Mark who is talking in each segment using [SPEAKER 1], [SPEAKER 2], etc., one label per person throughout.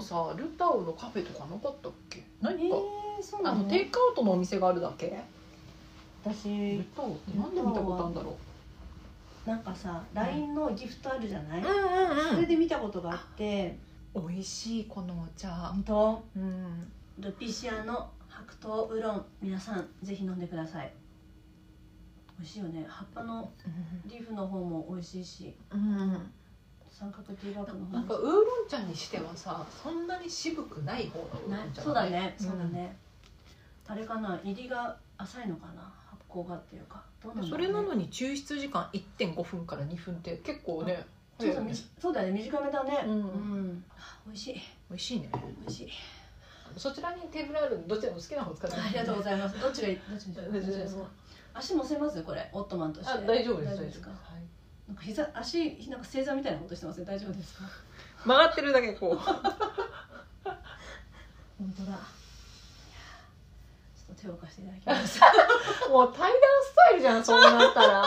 [SPEAKER 1] さルタウのカフェとかなかったっけ
[SPEAKER 2] え
[SPEAKER 1] 何か、
[SPEAKER 2] ー、そう
[SPEAKER 1] あ
[SPEAKER 2] な
[SPEAKER 1] の
[SPEAKER 2] の
[SPEAKER 1] テイクアウトのお店があるだけル
[SPEAKER 2] 私
[SPEAKER 1] タウってなんで見たことあるんだろ、
[SPEAKER 2] なんかさ LINE のギフトあるじゃないう
[SPEAKER 1] ん
[SPEAKER 2] それで見たことがあって
[SPEAKER 1] 美味しいこのお茶
[SPEAKER 2] 本当
[SPEAKER 1] うん
[SPEAKER 2] ルピシアの白桃ウーロン皆さんぜひ飲んでください美味しいよね葉っぱのリーフの方も美味しいし
[SPEAKER 1] うん
[SPEAKER 2] 三角ティーバッグの方
[SPEAKER 1] なんか
[SPEAKER 2] も
[SPEAKER 1] ウーロン茶にしてはさそんなに渋くない方のウーロ
[SPEAKER 2] ね
[SPEAKER 1] ン茶
[SPEAKER 2] そうだね、
[SPEAKER 1] うん
[SPEAKER 2] そうだねあれかな入りが浅いのかな発酵がっていうかどうなんだ
[SPEAKER 1] そ
[SPEAKER 2] ろうね
[SPEAKER 1] れなのに抽出時間1.5分から2分って結構ね
[SPEAKER 2] ち
[SPEAKER 1] 早
[SPEAKER 2] ょっと
[SPEAKER 1] いよ
[SPEAKER 2] み
[SPEAKER 1] ね
[SPEAKER 2] じそうだよね短めだね
[SPEAKER 1] うん
[SPEAKER 2] あ美味しい
[SPEAKER 1] 美味しいね
[SPEAKER 2] 美味しい
[SPEAKER 1] そちらにテーブルあるんでどちらも好きな方使って
[SPEAKER 2] ありがとうご
[SPEAKER 1] ざい
[SPEAKER 2] ざいますどっちがいいどっちがいいどっちがいいですか足乗せますこれオットマンとして
[SPEAKER 1] あ大丈夫です
[SPEAKER 2] 大丈夫ですか
[SPEAKER 1] はい
[SPEAKER 2] なんか膝足なんか正座みたいなことしてますね大丈夫ですか
[SPEAKER 1] 曲がってるだけこう
[SPEAKER 2] 本当だいやちょっと手を貸していただき ます
[SPEAKER 1] もう対談スタイルじゃんそうなったら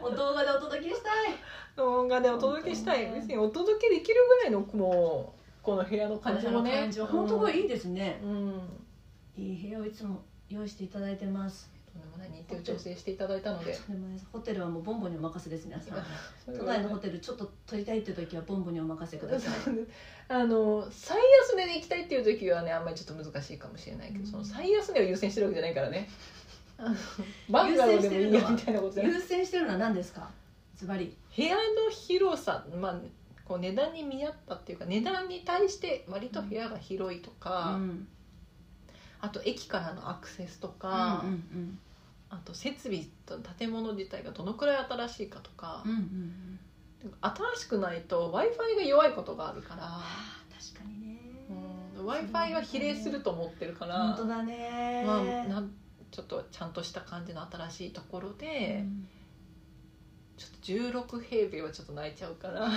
[SPEAKER 2] もう動画でお届けしたい
[SPEAKER 1] 動画でお届けしたい別にお届けできるぐらいのもうこの部屋の感じもね
[SPEAKER 2] 感じも本当これいいですね、
[SPEAKER 1] うん
[SPEAKER 2] いい部屋をいつも用意していただいてます
[SPEAKER 1] とんでもない日程を調整していただいたので
[SPEAKER 2] とんでもないですホテルはもうボンボンにお任せです皆さん都内のホテルちょっと取りたいっていう時はボンボンにお任せください
[SPEAKER 1] あの最安値で行きたいっていう時はねあんまりちょっと難しいかもしれないけど、
[SPEAKER 2] うん
[SPEAKER 1] その最安値を優先してるわけじゃないからねバンガローでもいいやみたいなことじゃない
[SPEAKER 2] 優先してるのは何ですかズバリ
[SPEAKER 1] 部屋の広さ、まあ、こう値段に見合ったっていうか値段に対して割と部屋が広いと
[SPEAKER 2] う
[SPEAKER 1] か、
[SPEAKER 2] ん
[SPEAKER 1] あと駅からのアクセスと
[SPEAKER 2] う
[SPEAKER 1] か、
[SPEAKER 2] ん
[SPEAKER 1] あと設備と建物自体がどのくらい新しいかとか
[SPEAKER 2] うんうんう、んうん
[SPEAKER 1] 新しくないと w i f i が弱いことがあるから
[SPEAKER 2] あ、ー確かにね
[SPEAKER 1] うん、w i f i が比例すると思ってるから。
[SPEAKER 2] 本当だね
[SPEAKER 1] まあ、なんちょっとちゃんとした感じの新しいところで、ちょっと16平米はちょっと泣いちゃうから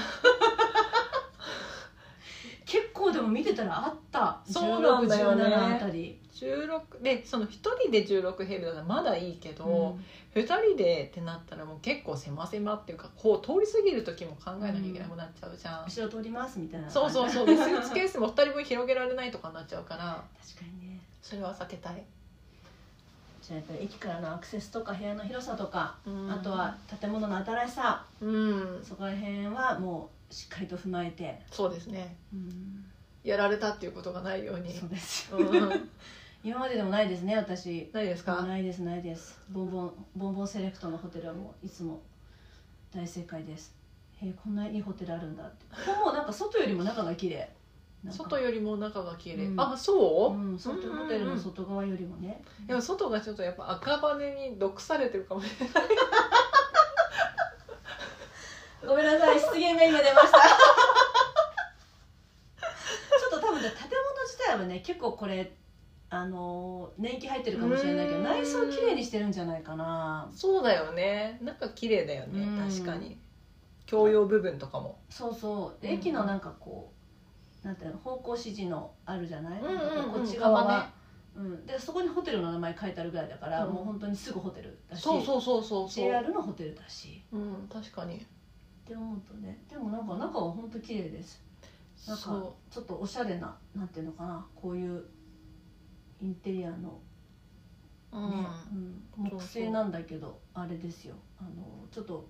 [SPEAKER 2] 結構でも見てたらあった
[SPEAKER 1] そうなんだよね
[SPEAKER 2] 16 17あたり
[SPEAKER 1] 16でその1人で16平米だからまだいいけど、2人でってなったらもう結構狭狭っていうかこう通り過ぎる時も考えなきゃいけなくなっちゃうじゃん、
[SPEAKER 2] 後ろ通りますみたいな
[SPEAKER 1] そうそう
[SPEAKER 2] う
[SPEAKER 1] そうでスーツケースも2人分広げられないとかになっちゃうから
[SPEAKER 2] 確かにね
[SPEAKER 1] それは避けたい、
[SPEAKER 2] じゃあやっぱり駅からのアクセスとか部屋の広さとか、
[SPEAKER 1] うん
[SPEAKER 2] あとは建物の新しさ
[SPEAKER 1] うん
[SPEAKER 2] そこら辺はもうしっかりと踏まえて、
[SPEAKER 1] そうですね
[SPEAKER 2] うん、
[SPEAKER 1] やられたっていうことがないように
[SPEAKER 2] そうですよ、
[SPEAKER 1] うん、
[SPEAKER 2] 今まででもないですね私
[SPEAKER 1] ないですか、
[SPEAKER 2] ないですないですボンボンボンボンセレクトのホテルはもういつも大正解ですへえこんないいホテルあるんだってここもなんか外よりも中が綺麗なんか
[SPEAKER 1] 外よりも中が綺麗、
[SPEAKER 2] うん
[SPEAKER 1] あそう、
[SPEAKER 2] うん、外ホテルの外側よりもね、
[SPEAKER 1] でも外がちょっとやっぱ赤羽に毒されてるかもしれない
[SPEAKER 2] ごめんなさい失言が今出ましたちょっと多分ね建物自体はね結構これあのー年季入ってるかもしれないけど
[SPEAKER 1] うん
[SPEAKER 2] 内装綺麗にしてるんじゃないかな
[SPEAKER 1] そうだよねなんか綺麗だよね
[SPEAKER 2] うん
[SPEAKER 1] 確かに共用部分とかも
[SPEAKER 2] そうそ
[SPEAKER 1] う
[SPEAKER 2] う、
[SPEAKER 1] ん
[SPEAKER 2] 駅のなんかこうなんていうの方向指示のあるじゃない、
[SPEAKER 1] うんうんうん
[SPEAKER 2] なんかこうこっち側
[SPEAKER 1] 幅ね
[SPEAKER 2] は、うん、でそこにホテルの名前書いてあるぐらいだから、
[SPEAKER 1] うん
[SPEAKER 2] もう本当にすぐホテルだし
[SPEAKER 1] そうそうそうそうそう、
[SPEAKER 2] JR のホテルだし
[SPEAKER 1] うん確かに
[SPEAKER 2] って思うとねでもなんか中は本当綺麗ですなんか
[SPEAKER 1] そ
[SPEAKER 2] ちょっとおしゃれななんていうのかなこういうインテリアの、ね
[SPEAKER 1] う、うん
[SPEAKER 2] うん木製なんだけどあれですよあのちょっと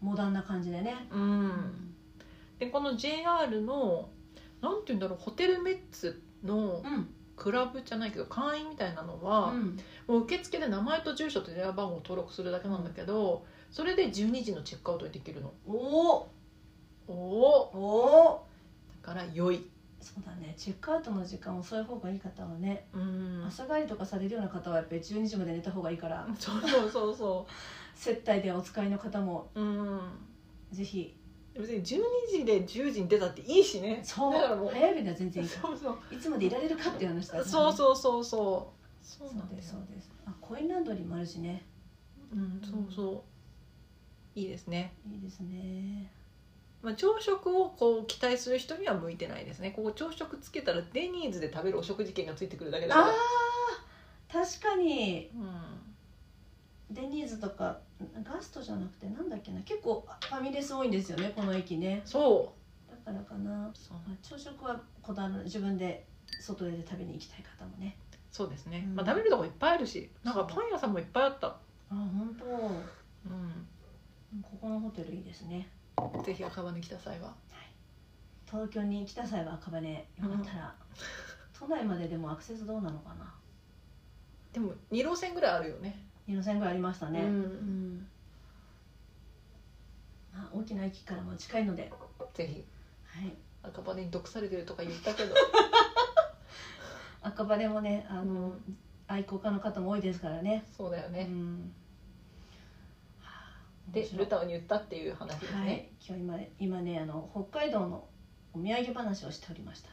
[SPEAKER 2] モダンな感じでね、
[SPEAKER 1] うん
[SPEAKER 2] うん
[SPEAKER 1] でこの JR のなんて言うんだろうホテルメッツのクラブじゃないけど会員みたいなのは、
[SPEAKER 2] うん
[SPEAKER 1] もう受付で名前と住所と電話番号を登録するだけなんだけど、それで12時のチェックアウトにできるの
[SPEAKER 2] おー
[SPEAKER 1] おお
[SPEAKER 2] お
[SPEAKER 1] ーだから良い
[SPEAKER 2] ーそうだねチェックアウトの時間をそういう方がいい方はね、
[SPEAKER 1] うん
[SPEAKER 2] 朝帰りとかされるような方はやっぱり12時まで寝た方がいいから、
[SPEAKER 1] そうそうそうそ
[SPEAKER 2] 接待でお使いの方も
[SPEAKER 1] う。うん。
[SPEAKER 2] ぜひ
[SPEAKER 1] 別に12時で10時に出たっていいしね。
[SPEAKER 2] そう
[SPEAKER 1] だからもう。
[SPEAKER 2] 早い便では全然いいから
[SPEAKER 1] そうそう。
[SPEAKER 2] いつまでいられるかっていう話だから ね
[SPEAKER 1] そうそうそうそう。そ
[SPEAKER 2] そう
[SPEAKER 1] うなんだよ
[SPEAKER 2] ですそうですあコインランドリーもあるしね
[SPEAKER 1] うん、そうそう。いいですね。
[SPEAKER 2] いいですね
[SPEAKER 1] まあ朝食をこう期待する人には向いてないですね。ここ朝食つけたらデニーズで食べるお食事券がついてくるだけだから。
[SPEAKER 2] あー確かに
[SPEAKER 1] うん。
[SPEAKER 2] デニーズとかガストじゃなくてなんだっけな結構ファミレス多いんですよねこの駅ね
[SPEAKER 1] そ
[SPEAKER 2] だからかな、
[SPEAKER 1] そう
[SPEAKER 2] まあ、朝食はこだわる自分で外で食べに行きたい方もね
[SPEAKER 1] そうですね、
[SPEAKER 2] うん
[SPEAKER 1] まあ、食べるとこいっぱいあるしなんかパン屋さんもいっぱいあった
[SPEAKER 2] あ本当
[SPEAKER 1] う
[SPEAKER 2] ここのホテルいいですね
[SPEAKER 1] んぜひ赤羽に来た際は
[SPEAKER 2] 東京に来た際は赤羽よかったら、都内まででもアクセスどうなのかな
[SPEAKER 1] でも2路線ぐらいあるよね
[SPEAKER 2] 2路線ぐらいありました
[SPEAKER 1] う
[SPEAKER 2] ね、
[SPEAKER 1] ん
[SPEAKER 2] まあ、大きな駅からも近いので、
[SPEAKER 1] ぜひ
[SPEAKER 2] はい、
[SPEAKER 1] 赤羽に毒されてるとか言ったけど
[SPEAKER 2] 赤羽もねあの、愛好家の方も多いですからね
[SPEAKER 1] そうだよ
[SPEAKER 2] う
[SPEAKER 1] ね、
[SPEAKER 2] んはあ面
[SPEAKER 1] で
[SPEAKER 2] 白い
[SPEAKER 1] ルタオに言ったっていう話です
[SPEAKER 2] はい
[SPEAKER 1] ね、、
[SPEAKER 2] 今日今今ねあの北海道のお土産話をしておりました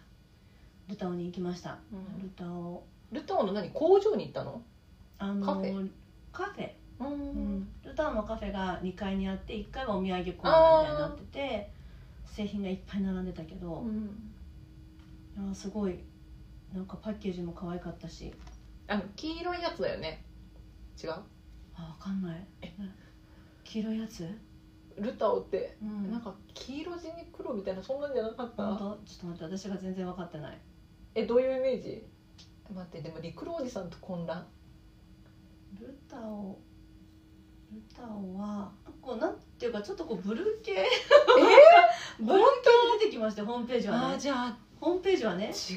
[SPEAKER 2] ルタオに行きました、
[SPEAKER 1] うん
[SPEAKER 2] ルタオ
[SPEAKER 1] ルタオの何工場に行ったの
[SPEAKER 2] あの
[SPEAKER 1] カフェ
[SPEAKER 2] カフェ
[SPEAKER 1] うん
[SPEAKER 2] ルタオのカフェが2階にあって1階はお土産コーナーみたいになってて製品がいっぱい並んでたけど、いやすごいなんかパッケージも可愛かったし
[SPEAKER 1] あの黄色いやつだよね違う
[SPEAKER 2] あ分かんない
[SPEAKER 1] え
[SPEAKER 2] 黄色いやつ、
[SPEAKER 1] ルタオって
[SPEAKER 2] うん
[SPEAKER 1] なんか黄色地に黒みたいなそんなんじゃなかっ
[SPEAKER 2] 本
[SPEAKER 1] た
[SPEAKER 2] 当ちょっと待って私が全然分かってない
[SPEAKER 1] えどういうイメージ待ってでも陸路おじさんと混乱
[SPEAKER 2] ルタオルタオはこうなんていうかちょっとこうブルー系え ブルー系出てきましてホームページはね
[SPEAKER 1] じゃあ
[SPEAKER 2] ホームページはね
[SPEAKER 1] 違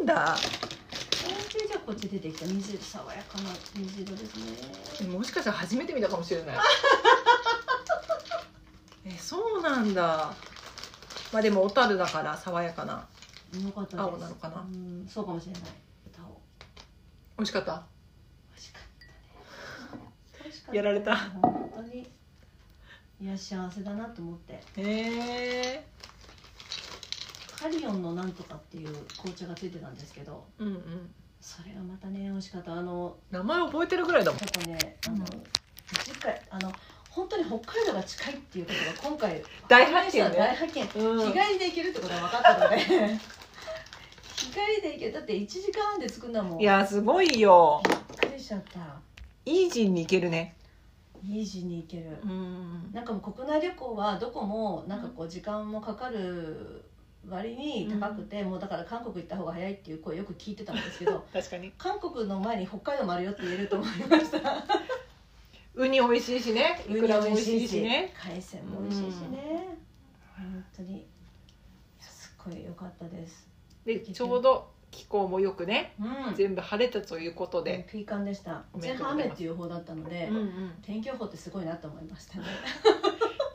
[SPEAKER 1] うんだ
[SPEAKER 2] ホームページはこっち出てきた水爽やかな水色ですね
[SPEAKER 1] もしかしたら初めて見たかもしれない えそうなんだまあでも小樽だから爽やかな
[SPEAKER 2] よかったです
[SPEAKER 1] 青なのかな
[SPEAKER 2] うんそうかもしれないルタオ
[SPEAKER 1] 美味しかった
[SPEAKER 2] 美味しかったね美味しかった
[SPEAKER 1] やられた
[SPEAKER 2] 本当にいや幸せだなと思って
[SPEAKER 1] へえ
[SPEAKER 2] カリオンのなんとかっていう紅茶がついてたんですけど
[SPEAKER 1] うんうん
[SPEAKER 2] それがまたね美味しかったあの
[SPEAKER 1] 名前覚えてるぐらいだもん
[SPEAKER 2] ちょっとねあの、
[SPEAKER 1] うん
[SPEAKER 2] 次回あの本当に北海道が近いっていうことが今回
[SPEAKER 1] 大発見ね
[SPEAKER 2] 大発見
[SPEAKER 1] う
[SPEAKER 2] 日
[SPEAKER 1] ん、
[SPEAKER 2] 帰りで行けるってことが分かったので日帰りで行けるだって1時間半で着くんだもん
[SPEAKER 1] いやすごいよ
[SPEAKER 2] びっくりしちゃった
[SPEAKER 1] イージーに行けるね
[SPEAKER 2] イージーに行ける、
[SPEAKER 1] うん
[SPEAKER 2] なんかもう国内旅行はどこもなんかこう時間もかかる割に高くて、もうだから韓国行った方が早いっていう声よく聞いてたんですけど
[SPEAKER 1] 確かに
[SPEAKER 2] 韓国の前に北海道もあるよって言えると思いました
[SPEAKER 1] ウニ美味しいしね いくらも美味しいしね
[SPEAKER 2] 海鮮も美味しいしね、本当にいやすっごい良かったです
[SPEAKER 1] でちょうど気候もよくね
[SPEAKER 2] うん
[SPEAKER 1] 全部晴れたということで、
[SPEAKER 2] ピーカンでした
[SPEAKER 1] おめで
[SPEAKER 2] 前
[SPEAKER 1] とうござい
[SPEAKER 2] 半
[SPEAKER 1] ます
[SPEAKER 2] 雨っていう予報だったので、
[SPEAKER 1] うんうん
[SPEAKER 2] 天気予報ってすごいなと思いましたね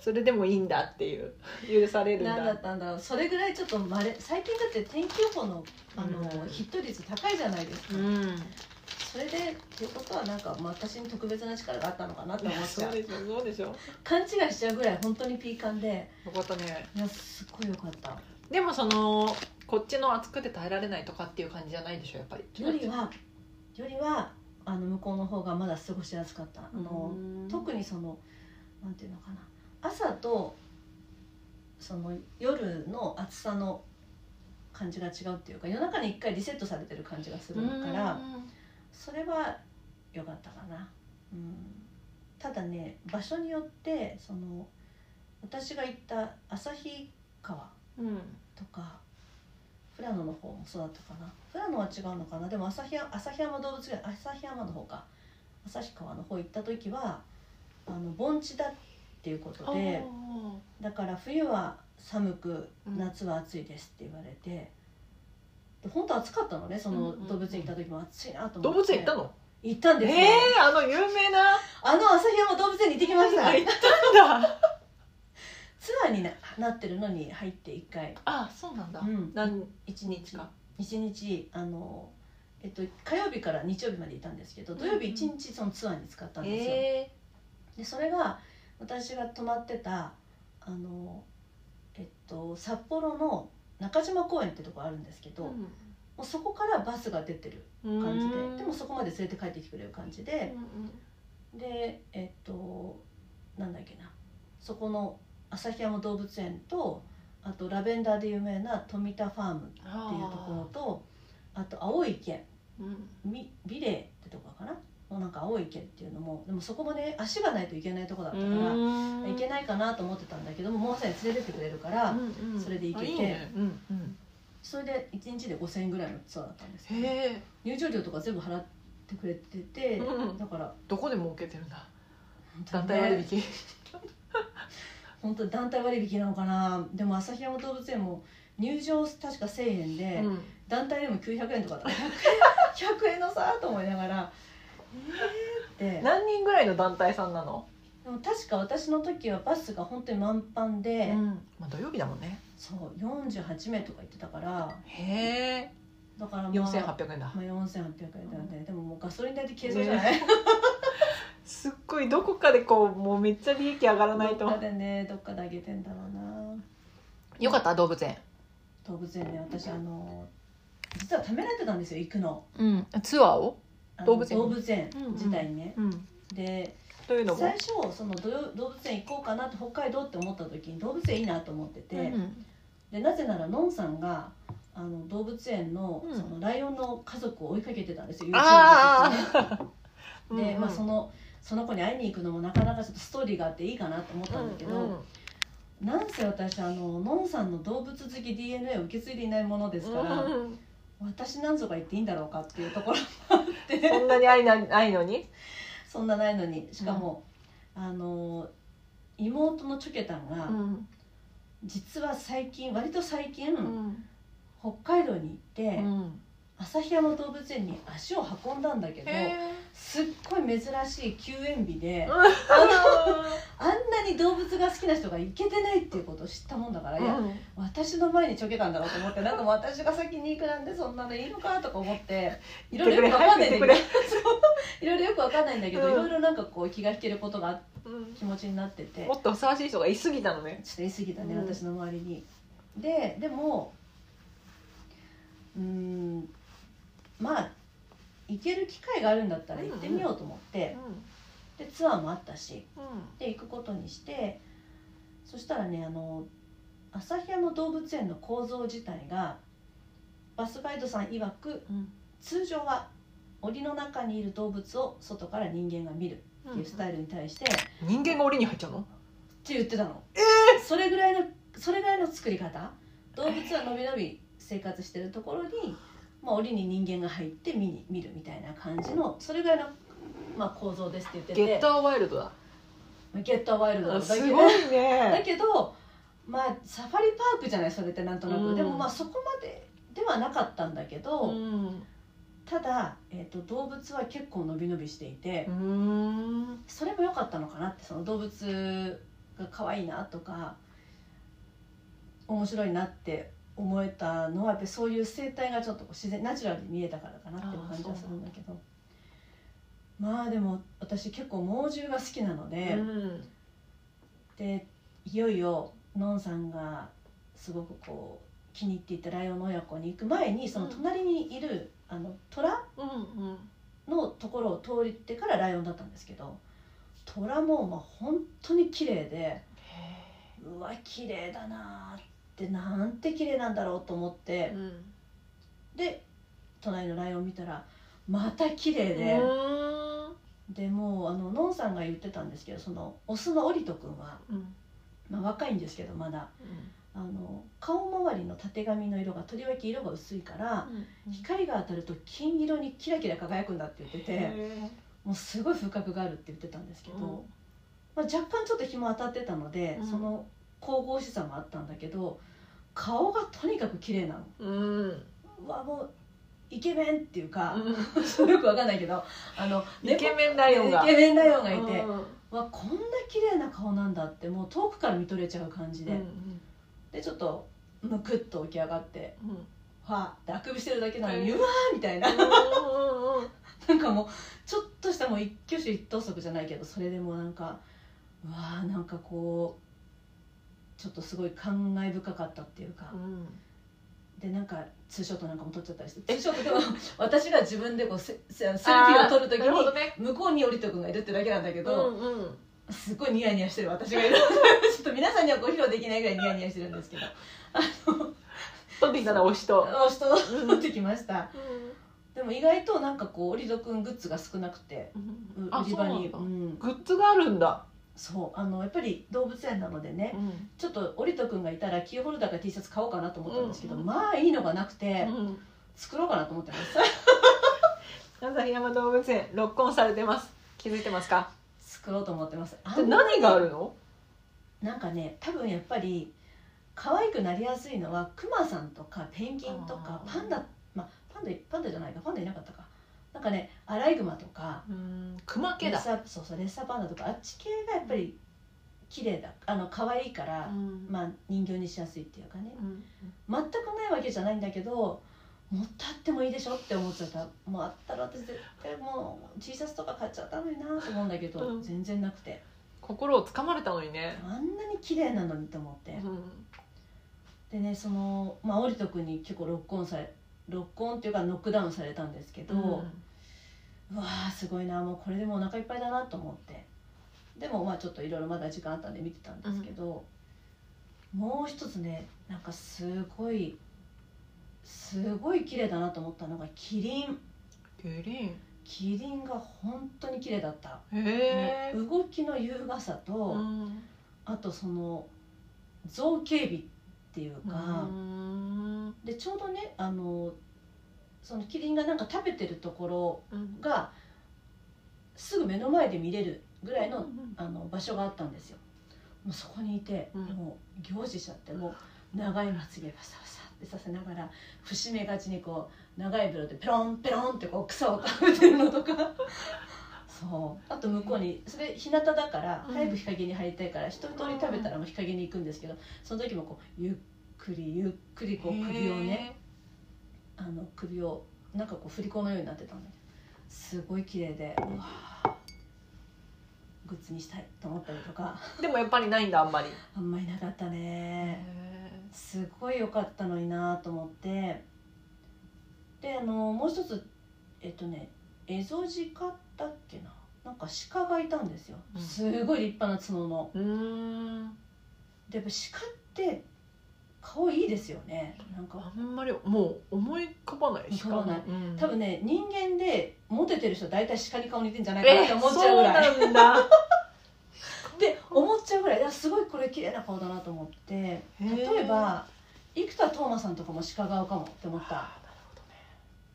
[SPEAKER 1] それでもいいんだっていう許されるんだ
[SPEAKER 2] 何だったんだろうそれぐらいちょっとまれ最近だって天気予報のあの、
[SPEAKER 1] うん
[SPEAKER 2] ヒット率高いじゃないですか、
[SPEAKER 1] うん
[SPEAKER 2] それでっていうことはなんかまあ私に特別な力があったのかなと思っち
[SPEAKER 1] そ
[SPEAKER 2] ゃ
[SPEAKER 1] う
[SPEAKER 2] う
[SPEAKER 1] でしょそうでしょ
[SPEAKER 2] 勘違いしちゃうぐらい本当にピーカンで
[SPEAKER 1] よかったね
[SPEAKER 2] いやすっごい良かった
[SPEAKER 1] でもそのこっちの暑くて耐えられないとかっていう感じじゃないでしょやっぱり
[SPEAKER 2] よりはよりはあの向こうの方がまだ過ごしやすかったあの、特にそのなんていうのかな朝とその夜の暑さの感じが違うっていうか夜中に一回リセットされてる感じがするから、それは良かったかな、うん、ただね場所によってその私が行った旭川
[SPEAKER 1] うんうん
[SPEAKER 2] とか富良野の方もそうだったかな富良野は違うのかなでも旭山旭山動物園旭山の方か旭川の方行った時はあの盆地だっていうことでだから冬は寒く
[SPEAKER 1] うん
[SPEAKER 2] 夏は暑いですって言われて、で本当暑かったのねその
[SPEAKER 1] うんうん
[SPEAKER 2] 動物園行った時も暑いなと思
[SPEAKER 1] 動
[SPEAKER 2] っ
[SPEAKER 1] 物
[SPEAKER 2] て、
[SPEAKER 1] 園行ったの
[SPEAKER 2] 行ったんですよ、
[SPEAKER 1] ええあの有名な
[SPEAKER 2] あの旭山動物園に行ってきました
[SPEAKER 1] 行ったん だ
[SPEAKER 2] ツアーにななってるのに入って1回
[SPEAKER 1] あそうなんだ
[SPEAKER 2] うん
[SPEAKER 1] 何一日か
[SPEAKER 2] 一日あの、えっと、火曜日から日曜日までいたんですけど土曜日一日そのツアーに使ったんですよ、
[SPEAKER 1] え
[SPEAKER 2] でそれが私が泊まってたあの、えっと、札幌の中島公園ってとこあるんですけど、もうそこからバスが出てる
[SPEAKER 1] うん
[SPEAKER 2] 感じ
[SPEAKER 1] うん
[SPEAKER 2] ででもそこまで連れて帰ってきてくれる感じ
[SPEAKER 1] うん
[SPEAKER 2] で
[SPEAKER 1] うん
[SPEAKER 2] でえっとなんだっけなそこの旭山動物園とあとラベンダーで有名な富田ファームっていうところとあと青い池
[SPEAKER 1] うん
[SPEAKER 2] みビレーってとこかなのなんか青い池っていうのもでもそこもね足がないといけないとこだったから、
[SPEAKER 1] 行
[SPEAKER 2] いけないかなと思ってたんだけどももうさに連れてってくれるから、
[SPEAKER 1] うんうん
[SPEAKER 2] それで行けて
[SPEAKER 1] あいねうんうん
[SPEAKER 2] それで1日で5,000円ぐらいのツアーだったんですけど
[SPEAKER 1] へ
[SPEAKER 2] 入場料とか全部払ってくれてて、
[SPEAKER 1] え、うん、
[SPEAKER 2] だから
[SPEAKER 1] どこで儲けてるんだ
[SPEAKER 2] 本
[SPEAKER 1] 団
[SPEAKER 2] 当に
[SPEAKER 1] 体
[SPEAKER 2] ね
[SPEAKER 1] 割引
[SPEAKER 2] 本当に団体割引なのかなでも旭山動物園も入場確か1,000円で、
[SPEAKER 1] うん
[SPEAKER 2] 団体でも900円とか だった100円のさと思いながらえーって
[SPEAKER 1] 何人ぐらいの団体さんなの、
[SPEAKER 2] でも確か私の時はバスが本当に満帆で、
[SPEAKER 1] まあ、土曜日だもんね
[SPEAKER 2] そう48名とか行ってたから
[SPEAKER 1] へえ
[SPEAKER 2] だからまあ
[SPEAKER 1] 4800円だ
[SPEAKER 2] まあ、4800円だよね、でももうガソリン代で計算じゃない、
[SPEAKER 1] すっごいどこかでこうもうめっちゃ利益上がらない
[SPEAKER 2] どっか
[SPEAKER 1] と
[SPEAKER 2] でねどっかで上げてんだろうな
[SPEAKER 1] よかった動物園
[SPEAKER 2] 動物園ね私あの実はためられてたんですよ行くの
[SPEAKER 1] うんツアーを
[SPEAKER 2] あの
[SPEAKER 1] 動物園
[SPEAKER 2] 動物園
[SPEAKER 1] うんうん
[SPEAKER 2] 自体にね、
[SPEAKER 1] うん
[SPEAKER 2] で
[SPEAKER 1] というのも
[SPEAKER 2] 最初そのどよ動物園行こうかなって北海道って思った時に動物園いいなと思ってて、
[SPEAKER 1] うん
[SPEAKER 2] でなぜならのんさんがあの動物園の,、
[SPEAKER 1] うん
[SPEAKER 2] そのライオンの家族を追いかけてたんですよ YouTube
[SPEAKER 1] あ
[SPEAKER 2] で
[SPEAKER 1] あ
[SPEAKER 2] すねで、まあ、そのその子に会いに行くのもなかなかちょっとストーリーがあっていいかなと思ったんだけど、なんせ私あののんさんの動物好き DNA を受け継いでいないものですから、私なんぞが言っていいんだろうかっていうところもあって
[SPEAKER 1] そんなに愛なないのに
[SPEAKER 2] そんなないのにしかも、あの妹のチョケタンが、
[SPEAKER 1] ん
[SPEAKER 2] 実は最近割と最近、
[SPEAKER 1] うん
[SPEAKER 2] 北海道に行って、
[SPEAKER 1] うん
[SPEAKER 2] 旭山動物園に足を運んだんだけど
[SPEAKER 1] へ
[SPEAKER 2] すっごい珍しい休園日で、
[SPEAKER 1] え
[SPEAKER 2] あんなに動物が好きな人が行けてないっていうことを知ったもんだから、いや
[SPEAKER 1] うん
[SPEAKER 2] 私の前にちょけたんだろうと思ってなんかもう私が先に行くなんてそんなのいいのかとか 思っていろいろよくわかんないんだけど
[SPEAKER 1] 言っ
[SPEAKER 2] そういろいろよくわかんないんだけど、
[SPEAKER 1] うん
[SPEAKER 2] いろいろなんかこう気が引けることが
[SPEAKER 1] うん
[SPEAKER 2] 気持ちになっててちょ
[SPEAKER 1] も
[SPEAKER 2] っ
[SPEAKER 1] っとふさわしい人がいすぎたのね
[SPEAKER 2] と言い過ぎたね、
[SPEAKER 1] うん
[SPEAKER 2] 私の周りに。ででもうーんまあ行ける機会があるんだったら行ってみようと思って、でツアーもあったしで行くことにしてそしたらねあの旭山動物園の構造自体がバスガイドさん曰く通常は檻の中にいる動物を外から人間が見るっていうスタイルに対して、って
[SPEAKER 1] 人間が檻に入っちゃうの
[SPEAKER 2] 言ってたの、それぐらいのそれぐらいの作り方動物はのびのび生活してるところに、まあ、檻に人間が入って見に見るみたいな感じのそれぐらいの、まあ、構造ですって言ってて
[SPEAKER 1] ゲッターワイルドだ
[SPEAKER 2] ゲッターワイルドだ
[SPEAKER 1] す
[SPEAKER 2] けど
[SPEAKER 1] ごい
[SPEAKER 2] だ
[SPEAKER 1] ね
[SPEAKER 2] けどまあサファリパークじゃないそれってなんとなく、
[SPEAKER 1] うん
[SPEAKER 2] でもまあそこまでではなかったんだけど、
[SPEAKER 1] うん
[SPEAKER 2] ただ、えー、と動物は結構伸び伸びしていて、
[SPEAKER 1] うん
[SPEAKER 2] それも良かったのかなってその動物が可愛いなとか面白いなって思えたのはやっぱりそういう生態がちょっとこう自然ナチュラルに見えたからかなっていう感じはするんだけどまあでも私結構猛獣が好きなので。
[SPEAKER 1] うん
[SPEAKER 2] でいよいよのんさんがすごくこう気に入っていたライオンの親子に行く前にその隣にいる、あの虎
[SPEAKER 1] うん
[SPEAKER 2] のところを通りってからライオンだったんですけど虎もまあ本当に綺麗でうわ綺麗だなーってなんて綺麗なんだろうと思って
[SPEAKER 1] うん
[SPEAKER 2] で隣のライオン見たらまた綺麗で、でもうあののんさんが言ってたんですけどそのオスのオリト君は、
[SPEAKER 1] うん
[SPEAKER 2] まあ、若いんですけどまだ。あの顔周りのたてがみの色がとりわけ色が薄いから光が当たると金色にキラキラ輝くんだって言っててもうすごい風格があるって言ってたんですけど、
[SPEAKER 1] うん
[SPEAKER 2] まあ、若干ちょっと日も当たってたので、
[SPEAKER 1] うん
[SPEAKER 2] その神々しさもあったんだけど顔がとにかく綺麗なの
[SPEAKER 1] うん
[SPEAKER 2] うわもうイケメンっていうか、
[SPEAKER 1] う
[SPEAKER 2] よくわかんないけどあの
[SPEAKER 1] んイケメンライオンが
[SPEAKER 2] イケメンライオンがいて、
[SPEAKER 1] うん
[SPEAKER 2] わこんな綺麗な顔なんだってもう遠くから見とれちゃう感じで、
[SPEAKER 1] うん
[SPEAKER 2] でちょっとむくっと起き上がって
[SPEAKER 1] うん
[SPEAKER 2] はあ、あくびしてるだけな
[SPEAKER 1] う
[SPEAKER 2] の
[SPEAKER 1] ん
[SPEAKER 2] に、うわーみたいな、 なんかもう、ちょっとしたもう一挙手一投足じゃないけど、それでもなんか、うわーなんかこう、ちょっとすごい感慨深かったっていうか、で、なんか、ツーショットなんかも撮っちゃったりして、ツーショットでも、 私が自分でこうセ、セセルフィーを撮るとき
[SPEAKER 1] なるほど
[SPEAKER 2] に、
[SPEAKER 1] ね
[SPEAKER 2] 向こうにオリト君がいるってだけなんだけ
[SPEAKER 1] う
[SPEAKER 2] ど、
[SPEAKER 1] んうん
[SPEAKER 2] すごいニヤニヤしてる私がいる。 ちょっと皆さんにはご披露できないぐらいニヤニヤしてるんですけど、
[SPEAKER 1] トビーなら推しと
[SPEAKER 2] お人と撮ってきました。でも意外となんかこうリドくんグッズが少なくてう
[SPEAKER 1] あ
[SPEAKER 2] 売り
[SPEAKER 1] そう
[SPEAKER 2] 場
[SPEAKER 1] な
[SPEAKER 2] に
[SPEAKER 1] ん
[SPEAKER 2] う
[SPEAKER 1] だ
[SPEAKER 2] ん
[SPEAKER 1] グッズがあるんだ、
[SPEAKER 2] そうあのやっぱり動物園なのでね
[SPEAKER 1] うん
[SPEAKER 2] ちょっとオリト君がいたらキーホルダーか T シャツ買おうかなと思ったんですけど、
[SPEAKER 1] うん
[SPEAKER 2] まあいいのがなく
[SPEAKER 1] う
[SPEAKER 2] て
[SPEAKER 1] ん、
[SPEAKER 2] 作ろうかなと思ってます
[SPEAKER 1] 旭山動物園ロックオンされてます気づいてますか
[SPEAKER 2] 作ろうと思ってますあ
[SPEAKER 1] で
[SPEAKER 2] んな
[SPEAKER 1] 何があるの
[SPEAKER 2] なんかね多分やっぱり可愛くなりやすいのはクマさんとかペンギンとか
[SPEAKER 1] あー
[SPEAKER 2] パンダまあパンダパンダじゃないかパンダいなかったかなんかねアライグマとか
[SPEAKER 1] うん熊
[SPEAKER 2] レ
[SPEAKER 1] 系
[SPEAKER 2] ッ
[SPEAKER 1] だ、
[SPEAKER 2] サーそうそうレッサーパンダとかあっち系がやっぱり綺麗だあの可愛いから、
[SPEAKER 1] ん
[SPEAKER 2] まあ人形にしやすいっていうかね
[SPEAKER 1] うん
[SPEAKER 2] 全くないわけじゃないんだけど持ったってもいいでしょって思っちゃったもうあったら私絶対もう T シャツとか買っちゃったのになと思うんだけど、
[SPEAKER 1] うん
[SPEAKER 2] 全然なくて
[SPEAKER 1] 心をつかまれたのにね、
[SPEAKER 2] あんなに綺麗なのにと思って、
[SPEAKER 1] うん
[SPEAKER 2] でねそのまあオリト君に結構ロックオンされロックオンっていうかノックダウンされたんですけど、うわーすごいなもうこれでもうお腹いっぱいだなと思ってでもまあちょっといろいろまだ時間あったんで見てたんですけど、もう一つねなんかすごいすごい綺麗だなと思ったのがキリン
[SPEAKER 1] グリ
[SPEAKER 2] キリンが本当に綺麗だった、
[SPEAKER 1] ーンへえ、
[SPEAKER 2] ね動きの優雅さと、
[SPEAKER 1] うん
[SPEAKER 2] あとその造形美っていう
[SPEAKER 1] う
[SPEAKER 2] か、
[SPEAKER 1] ん
[SPEAKER 2] でちょうどねあのそのキリンがなんか食べてるところ
[SPEAKER 1] うん
[SPEAKER 2] がすぐ目の前で見れるぐらいの,、
[SPEAKER 1] うん
[SPEAKER 2] あの場所があったんですよもうそこにいて、
[SPEAKER 1] うん
[SPEAKER 2] もう行事しちゃってもう長いまつげバサバサってさせながら節目がちにこう長いベロでペロンペロンってこう草を食べてるのとかそうあと向こうにそれ日向だから
[SPEAKER 1] うん
[SPEAKER 2] 早く日陰に入りたいから一通り食べたらもう日陰に行くんですけどその時もこうゆっくりゆっくりこう首をねあの首をなんかこう振り子のようになってたんだけどすごい綺麗でうわーグッズにしたいと思ったりと か
[SPEAKER 1] へーでもやっぱりないんだあんまり
[SPEAKER 2] あんまりなかったね
[SPEAKER 1] へ
[SPEAKER 2] すごい良かったのになと思ってであのもう一つえっとねエゾジカだっけななんか鹿がいたんですよ
[SPEAKER 1] うん
[SPEAKER 2] すごい立派な角の
[SPEAKER 1] ーうん
[SPEAKER 2] でやっぱ鹿って顔いいですよねなんか
[SPEAKER 1] あんまりもう思い浮かばない
[SPEAKER 2] 浮かばない
[SPEAKER 1] うん
[SPEAKER 2] 多分ね人間でモテてる人は大体鹿に顔似てんじゃないかなっ
[SPEAKER 1] え
[SPEAKER 2] て
[SPEAKER 1] ー
[SPEAKER 2] 思っちゃうぐらい
[SPEAKER 1] そうなんだ
[SPEAKER 2] で思っちゃうぐらいいやすごいこれ綺麗な顔だなと思って例えば生田斗真さんとかも鹿顔かもって思った
[SPEAKER 1] あーなるほどね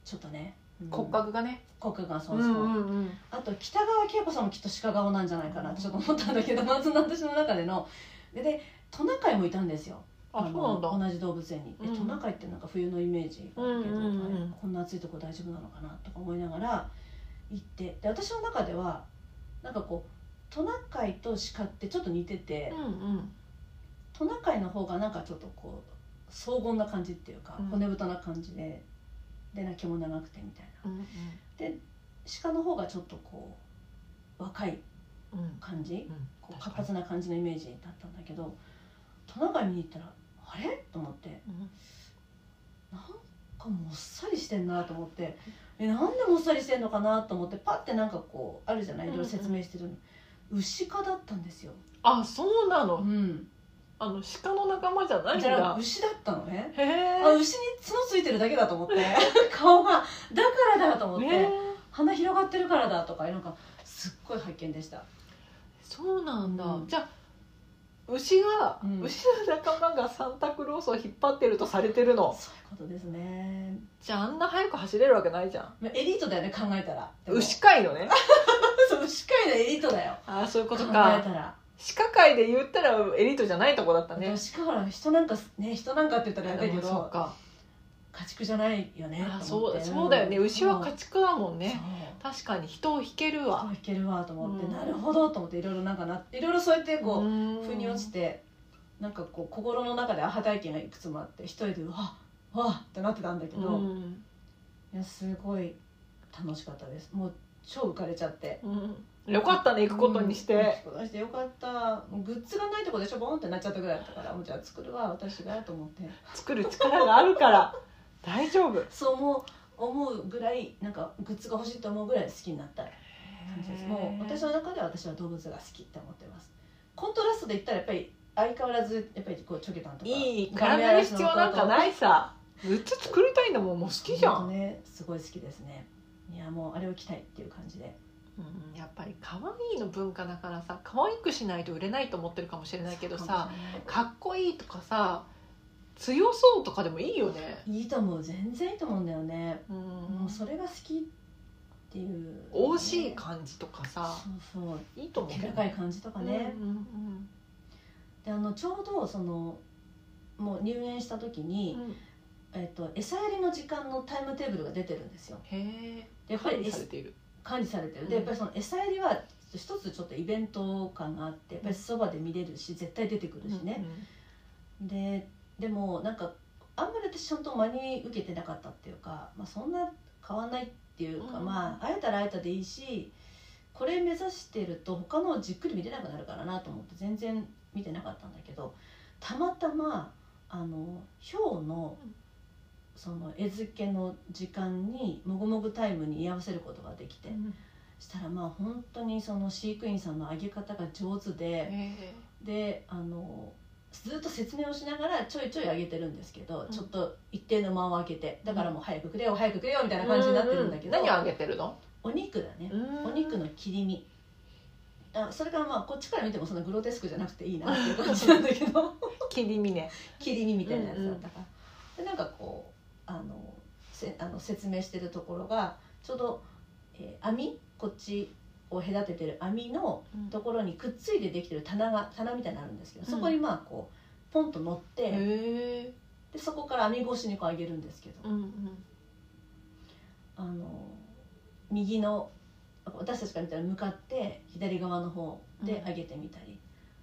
[SPEAKER 2] ちょっとね、うん
[SPEAKER 1] 骨格がね
[SPEAKER 2] 骨格がそうそう、
[SPEAKER 1] んうんうん
[SPEAKER 2] あと北川景子さんもきっと鹿顔なんじゃないかなってちょっと思ったんだけどまず私の中でのででトナカイもいたんですよ
[SPEAKER 1] あ
[SPEAKER 2] の
[SPEAKER 1] そうなんだ
[SPEAKER 2] 同じ動物園に、で
[SPEAKER 1] うん
[SPEAKER 2] トナカイってなんか冬のイメージがあるけど、
[SPEAKER 1] うんうんうん
[SPEAKER 2] あれこんな暑いとこ大丈夫なのかなとか思いながら行ってで私の中ではなんかこうトナカイと鹿ってちょっと似てて、
[SPEAKER 1] うんうん
[SPEAKER 2] トナカイの方がなんかちょっとこう荘厳な感じっていうか、
[SPEAKER 1] うん
[SPEAKER 2] 骨太な感じででな毛も長くてみたいな
[SPEAKER 1] うん
[SPEAKER 2] 鹿の方がちょっとこう若い
[SPEAKER 1] うんうん
[SPEAKER 2] 感じ
[SPEAKER 1] うん
[SPEAKER 2] こう
[SPEAKER 1] 確
[SPEAKER 2] 活
[SPEAKER 1] かに
[SPEAKER 2] 発な感じのイメージだったんだけどトナカイ見に行ったらあれと思って
[SPEAKER 1] うん
[SPEAKER 2] なんかもっさりしてんなと思ってえなんでもっさりしてんのかなと思ってパッてなんかこうあるじゃないいろいろ説明してるのに、牛科だったんですよ、
[SPEAKER 1] あそうなの
[SPEAKER 2] うん、
[SPEAKER 1] あの鹿の仲間じゃないん
[SPEAKER 2] じゃあ
[SPEAKER 1] だ
[SPEAKER 2] 牛だったのね
[SPEAKER 1] へえ
[SPEAKER 2] あ牛に角ついてるだけだと思って 顔がだからだと思って、
[SPEAKER 1] ね
[SPEAKER 2] 鼻広がってるからだとかなんかすっごい発見でした
[SPEAKER 1] そうなんだ
[SPEAKER 2] うん
[SPEAKER 1] じゃあ牛が
[SPEAKER 2] うん
[SPEAKER 1] 牛の仲間がサンタクロースを引っ張ってるとされてるの
[SPEAKER 2] そういうことですね
[SPEAKER 1] じゃああんな早く走れるわけないじゃん
[SPEAKER 2] まあエリートだよね考えたらでも
[SPEAKER 1] 牛飼いのね
[SPEAKER 2] そう牛飼いのエリートだよ
[SPEAKER 1] ああそういう
[SPEAKER 2] 考
[SPEAKER 1] こ
[SPEAKER 2] え
[SPEAKER 1] と
[SPEAKER 2] た
[SPEAKER 1] から鹿界で言ったらエリートじゃないとこだったね
[SPEAKER 2] 私から人なんかね人なんかって言ったらあれだけ
[SPEAKER 1] でもそ
[SPEAKER 2] ど
[SPEAKER 1] うか
[SPEAKER 2] 家畜じゃないよね
[SPEAKER 1] あ
[SPEAKER 2] と思
[SPEAKER 1] そ
[SPEAKER 2] っ
[SPEAKER 1] う
[SPEAKER 2] て
[SPEAKER 1] そうだよね
[SPEAKER 2] ん
[SPEAKER 1] 牛は家畜だもんね
[SPEAKER 2] そう
[SPEAKER 1] 確かに人を引ける
[SPEAKER 2] そう
[SPEAKER 1] わ
[SPEAKER 2] いけるわと思って、
[SPEAKER 1] うん
[SPEAKER 2] なるほどと思っていろいろなんかないろいろそうやってこう、
[SPEAKER 1] う
[SPEAKER 2] 腑に落ちてなんかこう心の中でアハ体験がいくつもあって一人でうわっわっってなってたんだけど、い
[SPEAKER 1] うん
[SPEAKER 2] やすごい楽しかったですもう超浮かれちゃって
[SPEAKER 1] うんよかったね行くことにして、
[SPEAKER 2] うん行くことにしてよかったグッズがないとこでしょボンってなっちゃったぐらいだったからもうじゃあ作るわ私がと思って
[SPEAKER 1] 作る力がある から大丈夫
[SPEAKER 2] そう思う思うぐらいなんかグッズが欲しいと思うぐらい好きになった感じですもう私の中では私は動物が好きって思ってますコントラストで言ったらやっぱり相変わらずやっぱりこうチョゲタンとか
[SPEAKER 1] いい体に必要なんかないさグッズ作りたいんだもんもう好きじゃ
[SPEAKER 2] ほ
[SPEAKER 1] ん、
[SPEAKER 2] とねすごい好きですねいやもうあれを着たいっていう感じで
[SPEAKER 1] うん、やっぱり可愛いの文化だからさ可愛くしないと売れないと思ってるかもしれないけどさ
[SPEAKER 2] そうかも
[SPEAKER 1] かっこいいとかさ強そうとかでもいいよね
[SPEAKER 2] しれ、ないいいと思う全然いいと思うんだよね、
[SPEAKER 1] うん、
[SPEAKER 2] もうそれが好きっていう
[SPEAKER 1] 惜しい感じとかさ
[SPEAKER 2] そうそう
[SPEAKER 1] いいと思う
[SPEAKER 2] 手
[SPEAKER 1] けど
[SPEAKER 2] 高い感じとかね、
[SPEAKER 1] うんうん
[SPEAKER 2] であのちょうどそのもう入園した時に
[SPEAKER 1] う、んうん
[SPEAKER 2] えっと餌やりの時間のタイムテーブルが出てるんですよ
[SPEAKER 1] へ
[SPEAKER 2] でや
[SPEAKER 1] え
[SPEAKER 2] っぱり
[SPEAKER 1] されている
[SPEAKER 2] 管理されてる
[SPEAKER 1] うん
[SPEAKER 2] でやっぱりその餌やりは一つちょっとイベント感があってやっぱりそばで見れるし絶対出てくるしね、ででもなんかあんまり私ちゃんと真に受けてなかったっていうか、まあ、そんな変わんないっていうか、
[SPEAKER 1] うん
[SPEAKER 2] まあ会えたら会えたでいいしこれ目指してると他のをじっくり見れなくなるからなと思って全然見てなかったんだけどたまたまあのヒョウの
[SPEAKER 1] うん
[SPEAKER 2] その餌付けの時間にもぐもぐタイムに居合わせることができて
[SPEAKER 1] う。ん
[SPEAKER 2] したらまあ本当にその飼育員さんのあげ方が上手で
[SPEAKER 1] へえ
[SPEAKER 2] であのずっと説明をしながらちょいちょいあげてるんですけど、
[SPEAKER 1] ん
[SPEAKER 2] ちょっと一定の間を空けてだからもう早くくれよ早くくれよみたいな感じになってるんだけど、
[SPEAKER 1] う何あげてるの
[SPEAKER 2] お肉だね、お肉の切り身あそれからまあこっちから見てもそんなグロテスクじゃなくていいなっていう感じなんだけ ど
[SPEAKER 1] 切り身ね
[SPEAKER 2] 切り身みたいなやつだったから、でなんかこうあのせあの説明してるところがちょうど、えー網こっちを隔ててる網のところにくっついてできてる棚が棚みたいなのあるんですけどそこにまあこうポンと乗って、
[SPEAKER 1] へえ
[SPEAKER 2] でそこから網越しにこう上げるんですけど、
[SPEAKER 1] うんうん
[SPEAKER 2] あの右の私たちから見たら向かって左側の方で上げてみたり、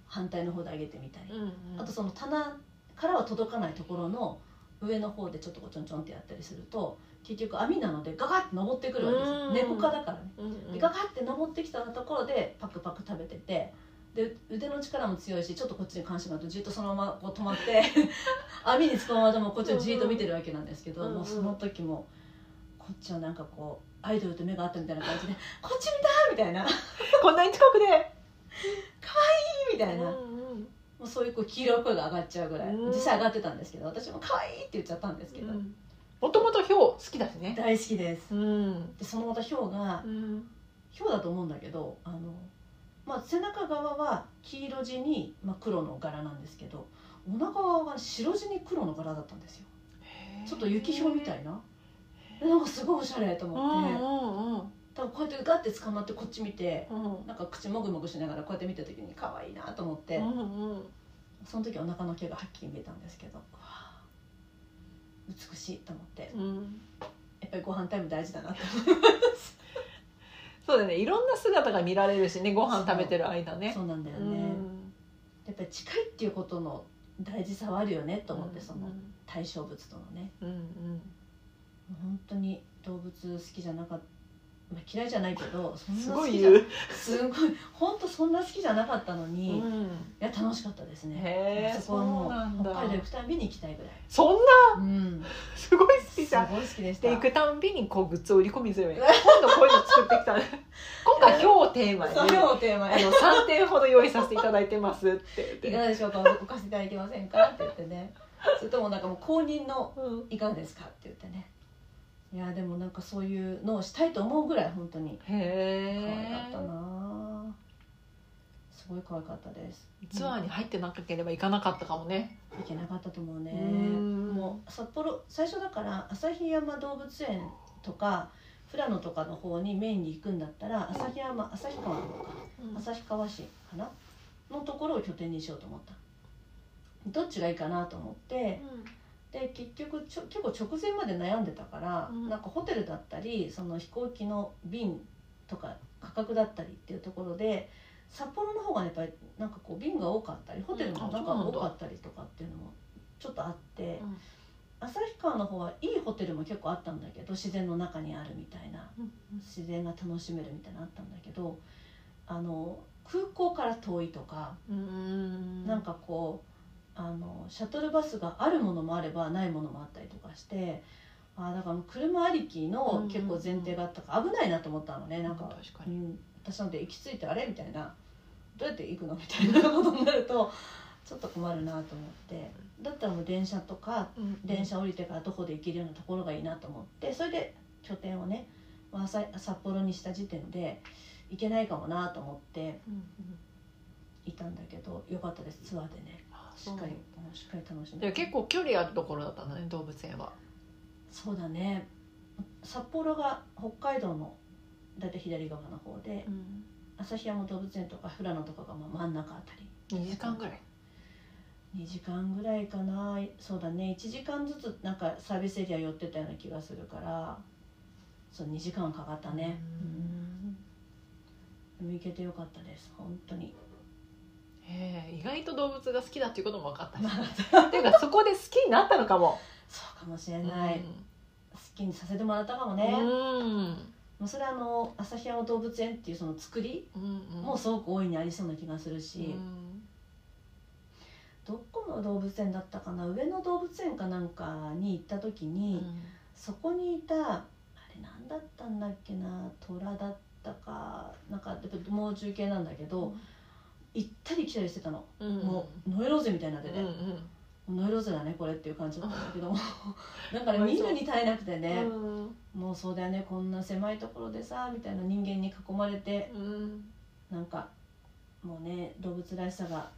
[SPEAKER 2] 反対の方で上げてみたり、
[SPEAKER 1] うんうん
[SPEAKER 2] あとその棚からは届かないところの上の方でちょっとこうちょんちょんってやったりすると結局網なのでガガッて登ってくるわけです
[SPEAKER 1] うん
[SPEAKER 2] よ猫科だからね。
[SPEAKER 1] うんう
[SPEAKER 2] で
[SPEAKER 1] ん
[SPEAKER 2] ガガって登ってきたところでパクパク食べててで腕の力も強いしちょっとこっちに関心があるとじっとそのままこう止まって 網に捕ままってもこっちをじっと見てるわけなんですけど、
[SPEAKER 1] うんうん
[SPEAKER 2] もうその時もこっちはなんかこうアイドルと目が合ったみたいな感じ で「こっち見た!」みたいな「
[SPEAKER 1] こんなに近くで
[SPEAKER 2] いい!」みたいな、も
[SPEAKER 1] うんうん
[SPEAKER 2] うそういうこう黄色い声が上がっちゃうぐらい、
[SPEAKER 1] うん
[SPEAKER 2] 実際上がってたんですけど私も「可愛いって言っちゃったんですけど、
[SPEAKER 1] もともとヒョウ好きだしね
[SPEAKER 2] 大好きです
[SPEAKER 1] うん
[SPEAKER 2] でそのまたヒョウが
[SPEAKER 1] うん
[SPEAKER 2] ヒョウだと思うんだけどあの、まあ、背中側は黄色地に、まあ、黒の柄なんですけどお腹側は白地に黒の柄だったんですよちょっと雪ひょうみたいななんかすごいおしゃれと
[SPEAKER 1] う
[SPEAKER 2] 思って
[SPEAKER 1] ん
[SPEAKER 2] 多分こうやってガッて捕まってこっち見て
[SPEAKER 1] うんうん
[SPEAKER 2] なんか口もぐもぐしながらこうやって見た時に可愛いなと思って
[SPEAKER 1] うんうん
[SPEAKER 2] その時お腹の毛がはっきり見えたんですけどうわあ美しいと思って
[SPEAKER 1] うん
[SPEAKER 2] やっぱりご飯タイム大事だなって
[SPEAKER 1] そうだねいろんな姿が見られるしねご飯食べてる間ね
[SPEAKER 2] そうなんだよ
[SPEAKER 1] う
[SPEAKER 2] ね、
[SPEAKER 1] ん
[SPEAKER 2] やっぱり近いっていうことの大事さはあるよねと思ってその
[SPEAKER 1] うん
[SPEAKER 2] 対象物とのね
[SPEAKER 1] うんうん
[SPEAKER 2] 本当に動物好きじゃなかった、まあ、嫌いじゃないけどそん
[SPEAKER 1] す
[SPEAKER 2] な
[SPEAKER 1] ご
[SPEAKER 2] 好
[SPEAKER 1] い
[SPEAKER 2] きじ
[SPEAKER 1] 言
[SPEAKER 2] ゃ
[SPEAKER 1] う
[SPEAKER 2] すごい本当そんな好きじゃなかったのに、い
[SPEAKER 1] うん
[SPEAKER 2] や楽しかったですね
[SPEAKER 1] へえ
[SPEAKER 2] そこは
[SPEAKER 1] そうな
[SPEAKER 2] も
[SPEAKER 1] ん
[SPEAKER 2] う北海道
[SPEAKER 1] だ
[SPEAKER 2] 行くたびに行きたいぐらい、
[SPEAKER 1] そんな
[SPEAKER 2] うん、
[SPEAKER 1] すごい好きじ
[SPEAKER 2] す
[SPEAKER 1] ゃ
[SPEAKER 2] ご
[SPEAKER 1] ん
[SPEAKER 2] い好きでした
[SPEAKER 1] で行くたんびにこうグッズを売り込みするよ ね今度こういうの作ってきたね今回ヒョウをテーマに
[SPEAKER 2] そう
[SPEAKER 1] ね
[SPEAKER 2] 今日のテーマ
[SPEAKER 1] あ
[SPEAKER 2] へ
[SPEAKER 1] の3点ほど用意させていただいてますって言っ
[SPEAKER 2] い
[SPEAKER 1] て
[SPEAKER 2] かがでしょうかお貸しいただけませんかって言ってねそれともなんかもう公認の
[SPEAKER 1] うん
[SPEAKER 2] いかがですかって言ってねいやでもなんかそういうのをしたいと思うぐらい本当に可愛か
[SPEAKER 1] へ
[SPEAKER 2] った
[SPEAKER 1] え
[SPEAKER 2] なすごい可愛かったです
[SPEAKER 1] ツアーに入ってなければ行かなかったかもね
[SPEAKER 2] 行けなかったと思うね
[SPEAKER 1] うん
[SPEAKER 2] もう札幌最初だから旭山動物園とか富良野とかの方にメインに行くんだったら旭山旭川の方か旭川市かなのところを拠点にしようと思ったどっちがいいかなと思ってで結局ちょ結構直前まで悩んでたから、
[SPEAKER 1] うん
[SPEAKER 2] なんかホテルだったりその飛行機の便とか価格だったりっていうところで札幌の方がやっぱりなんかこう便が多かったりホテルも
[SPEAKER 1] うんあ
[SPEAKER 2] なんか
[SPEAKER 1] そうなん
[SPEAKER 2] 多
[SPEAKER 1] だ
[SPEAKER 2] かったりとかっていうのもちょっとあって
[SPEAKER 1] うん
[SPEAKER 2] 旭川の方はいいホテルも結構あったんだけど自然の中にあるみたいな自然が楽しめるみたいなのあったんだけどあの空港から遠いとか。
[SPEAKER 1] うん
[SPEAKER 2] なんかこうあのシャトルバスがあるものもあればないものもあったりとかしてあーだからもう車あり
[SPEAKER 1] うん
[SPEAKER 2] き
[SPEAKER 1] うんう
[SPEAKER 2] の
[SPEAKER 1] ん
[SPEAKER 2] 結構前提があったから危ないなと思ったのねなんか、
[SPEAKER 1] 確か
[SPEAKER 2] う
[SPEAKER 1] に
[SPEAKER 2] ん、私なんて行き着いてあれみたいなどうやって行くのみたいなことになるとちょっと困るなと思ってだったらもう電車とか電車降りてから徒歩で行けるようなところがいいなと思ってそれで拠点をね、まあ、さ札幌にした時点で行けないかもなと思って
[SPEAKER 1] うん
[SPEAKER 2] いたんだけどよかったですツアーでね
[SPEAKER 1] あ
[SPEAKER 2] し
[SPEAKER 1] そう
[SPEAKER 2] っかりうんしっかり楽しん
[SPEAKER 1] で
[SPEAKER 2] で
[SPEAKER 1] も結構距離あるところだったんだね動物園は
[SPEAKER 2] そうだね札幌が北海道のだいたい左側の方で旭山動物園とか富良野とかがまあ真ん中あたり
[SPEAKER 1] 2時間ぐらい
[SPEAKER 2] 2時間ぐらいかなそうだね1時間ずつなんかサービスエリア寄ってたような気がするからそう2時間はかかったねうんでも行けてよかったです本当に
[SPEAKER 1] へえ意外と動物が好きだっていうことも分かったし
[SPEAKER 2] ま
[SPEAKER 1] っていうかそこで好きになったのかも
[SPEAKER 2] そうかもしれない、好きにさせてもらったかも
[SPEAKER 1] うん
[SPEAKER 2] ね、
[SPEAKER 1] う
[SPEAKER 2] も
[SPEAKER 1] ん
[SPEAKER 2] うそれはあの旭山動物園っていうその作り
[SPEAKER 1] うんうん
[SPEAKER 2] もすごく大いにありそうな気がするし、
[SPEAKER 1] うん
[SPEAKER 2] どこの動物園だったかな上野動物園かなんかに行った時
[SPEAKER 1] う
[SPEAKER 2] に、
[SPEAKER 1] ん
[SPEAKER 2] そこにいたあれなんだったんだっけな虎だったかなんかやっぱ猛獣系なんだけど、行ったり来たりしてたの、
[SPEAKER 1] うん
[SPEAKER 2] もうノイローゼみたいになって
[SPEAKER 1] う
[SPEAKER 2] て、
[SPEAKER 1] んうん
[SPEAKER 2] ノイローゼだねこれっていう感じだったんだけども なんかね見るに耐えなくてね、
[SPEAKER 1] うん
[SPEAKER 2] もうそうだよねこんな狭いところでさみたいな人間に囲まれて
[SPEAKER 1] うん
[SPEAKER 2] なんかもうね動物らしさが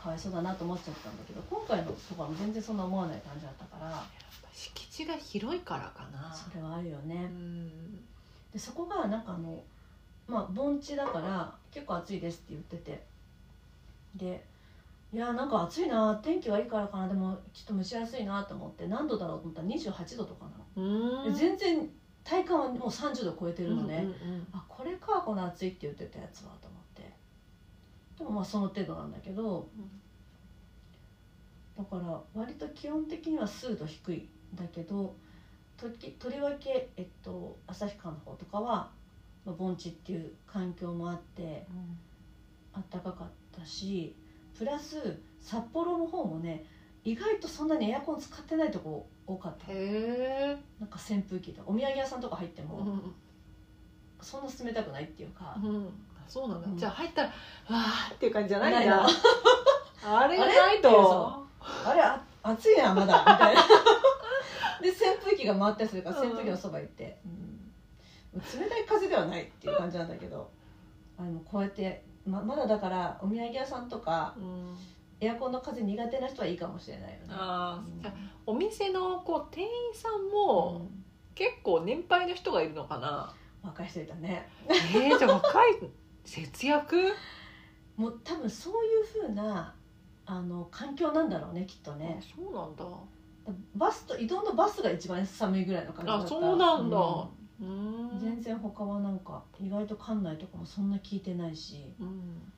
[SPEAKER 2] かわいそうだなと思っちゃったんだけど今回のとかも全然そんな思わない感じだったから
[SPEAKER 1] 敷地が広いからかな
[SPEAKER 2] それはあるよね、
[SPEAKER 1] うん
[SPEAKER 2] でそこがなんかあの、まあ、盆地だから結構暑いですって言っててでいやなんか暑いな天気はいいからかなでもちょっと蒸し暑いなと思って何度だろうと思ったら28度とかなの、
[SPEAKER 1] うん
[SPEAKER 2] で全然体感はもう30度超えてるのね、
[SPEAKER 1] うんうん
[SPEAKER 2] あこれかこの暑いって言ってたやつはと思ってでもまあその程度なんだけどだから割と基本的には数度低いんだけどときとりわけ、えっと、旭川の方とかは、まあ、盆地っていう環境もあって
[SPEAKER 1] うん
[SPEAKER 2] 暖かかったしプラス札幌の方もね意外とそんなにエアコン使ってないとこ多かった
[SPEAKER 1] へえ
[SPEAKER 2] なんか扇風機とかお土産屋さんとか入って
[SPEAKER 1] う
[SPEAKER 2] も、
[SPEAKER 1] ん
[SPEAKER 2] そんな冷たくないっていうか、
[SPEAKER 1] うんあそうなんだ、
[SPEAKER 2] うん
[SPEAKER 1] じゃあ入ったらわーっていう感じじゃないん
[SPEAKER 2] な
[SPEAKER 1] だ
[SPEAKER 2] い
[SPEAKER 1] あれが
[SPEAKER 2] あれ
[SPEAKER 1] ない
[SPEAKER 2] っていう
[SPEAKER 1] と
[SPEAKER 2] そあれあ暑いな まだみたいなで扇風機が回ったりするから扇風機のそば行って、うん冷たい風ではないっていう感じなんだけどあのこうやってままだだからお土産屋さんとか
[SPEAKER 1] うん
[SPEAKER 2] エアコンの風苦手な人はいいかもしれないよね
[SPEAKER 1] あー
[SPEAKER 2] うん
[SPEAKER 1] じゃあお店のこう店員さんも
[SPEAKER 2] うん
[SPEAKER 1] 結構年配の人がいるのかな、
[SPEAKER 2] 若い人いたね
[SPEAKER 1] えー、じゃあ若い節約
[SPEAKER 2] もう多分そういう風なあの環境なんだろうねきっとね
[SPEAKER 1] あそうなんだ
[SPEAKER 2] バスと移動のバスが一番寒いぐらいの感じだった
[SPEAKER 1] あそうなんだ
[SPEAKER 2] う
[SPEAKER 1] うーん
[SPEAKER 2] 全然他はなんか意外と館内とかもそんな聞いてないし
[SPEAKER 1] うん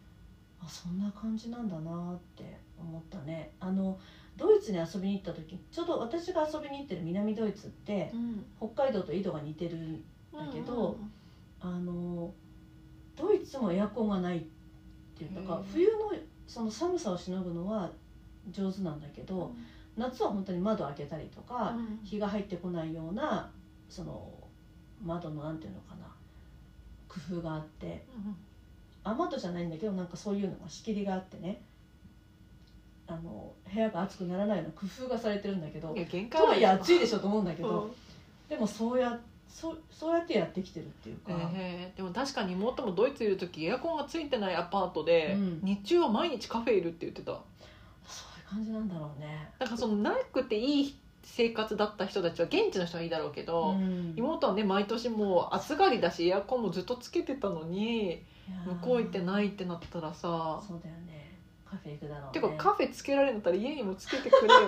[SPEAKER 2] あそんな感じなんだなって思ったねあのドイツに遊びに行った時ちょうど私が遊びに行ってる南ドイツって
[SPEAKER 1] うん
[SPEAKER 2] 北海道と緯度が似てるだけど
[SPEAKER 1] うん
[SPEAKER 2] あのドイツもエアコンがないっていうの
[SPEAKER 1] へ
[SPEAKER 2] か
[SPEAKER 1] え
[SPEAKER 2] 冬のその寒さをしのぐのは上手なんだけ
[SPEAKER 1] うん
[SPEAKER 2] ど夏は本当に窓開けたりとか、
[SPEAKER 1] うん
[SPEAKER 2] 日が入ってこないようなその窓のなんていうのかな工夫があって雨戸じゃないんだけどなんかそういうのが仕切りがあってねあの部屋が暑くならないような工夫がされてるんだけ
[SPEAKER 1] う
[SPEAKER 2] ど
[SPEAKER 1] んいや限界
[SPEAKER 2] とはいえ暑いで
[SPEAKER 1] し
[SPEAKER 2] しょと思うんだけ
[SPEAKER 1] う
[SPEAKER 2] ど
[SPEAKER 1] ん、
[SPEAKER 2] でもそうやそうそうやってやってきてるっていうか、
[SPEAKER 1] えーでも確かに妹もドイツいる時エアコンがついてないアパートで、
[SPEAKER 2] うん
[SPEAKER 1] 日中は毎日カフェいるって言ってた
[SPEAKER 2] そういう感じなんだろうね。
[SPEAKER 1] だからそのなくていい生活だった人たちは現地の人はいいだろうけど、
[SPEAKER 2] うん
[SPEAKER 1] 妹はね毎年もう暑がりだしエアコンもずっとつけてたのに
[SPEAKER 2] いやー
[SPEAKER 1] 向こう行ってないってなったらさ、
[SPEAKER 2] そうだよねカフェ行くだろう、ね、
[SPEAKER 1] てかカフェつけられるんだったら家にもつけてくれ よ、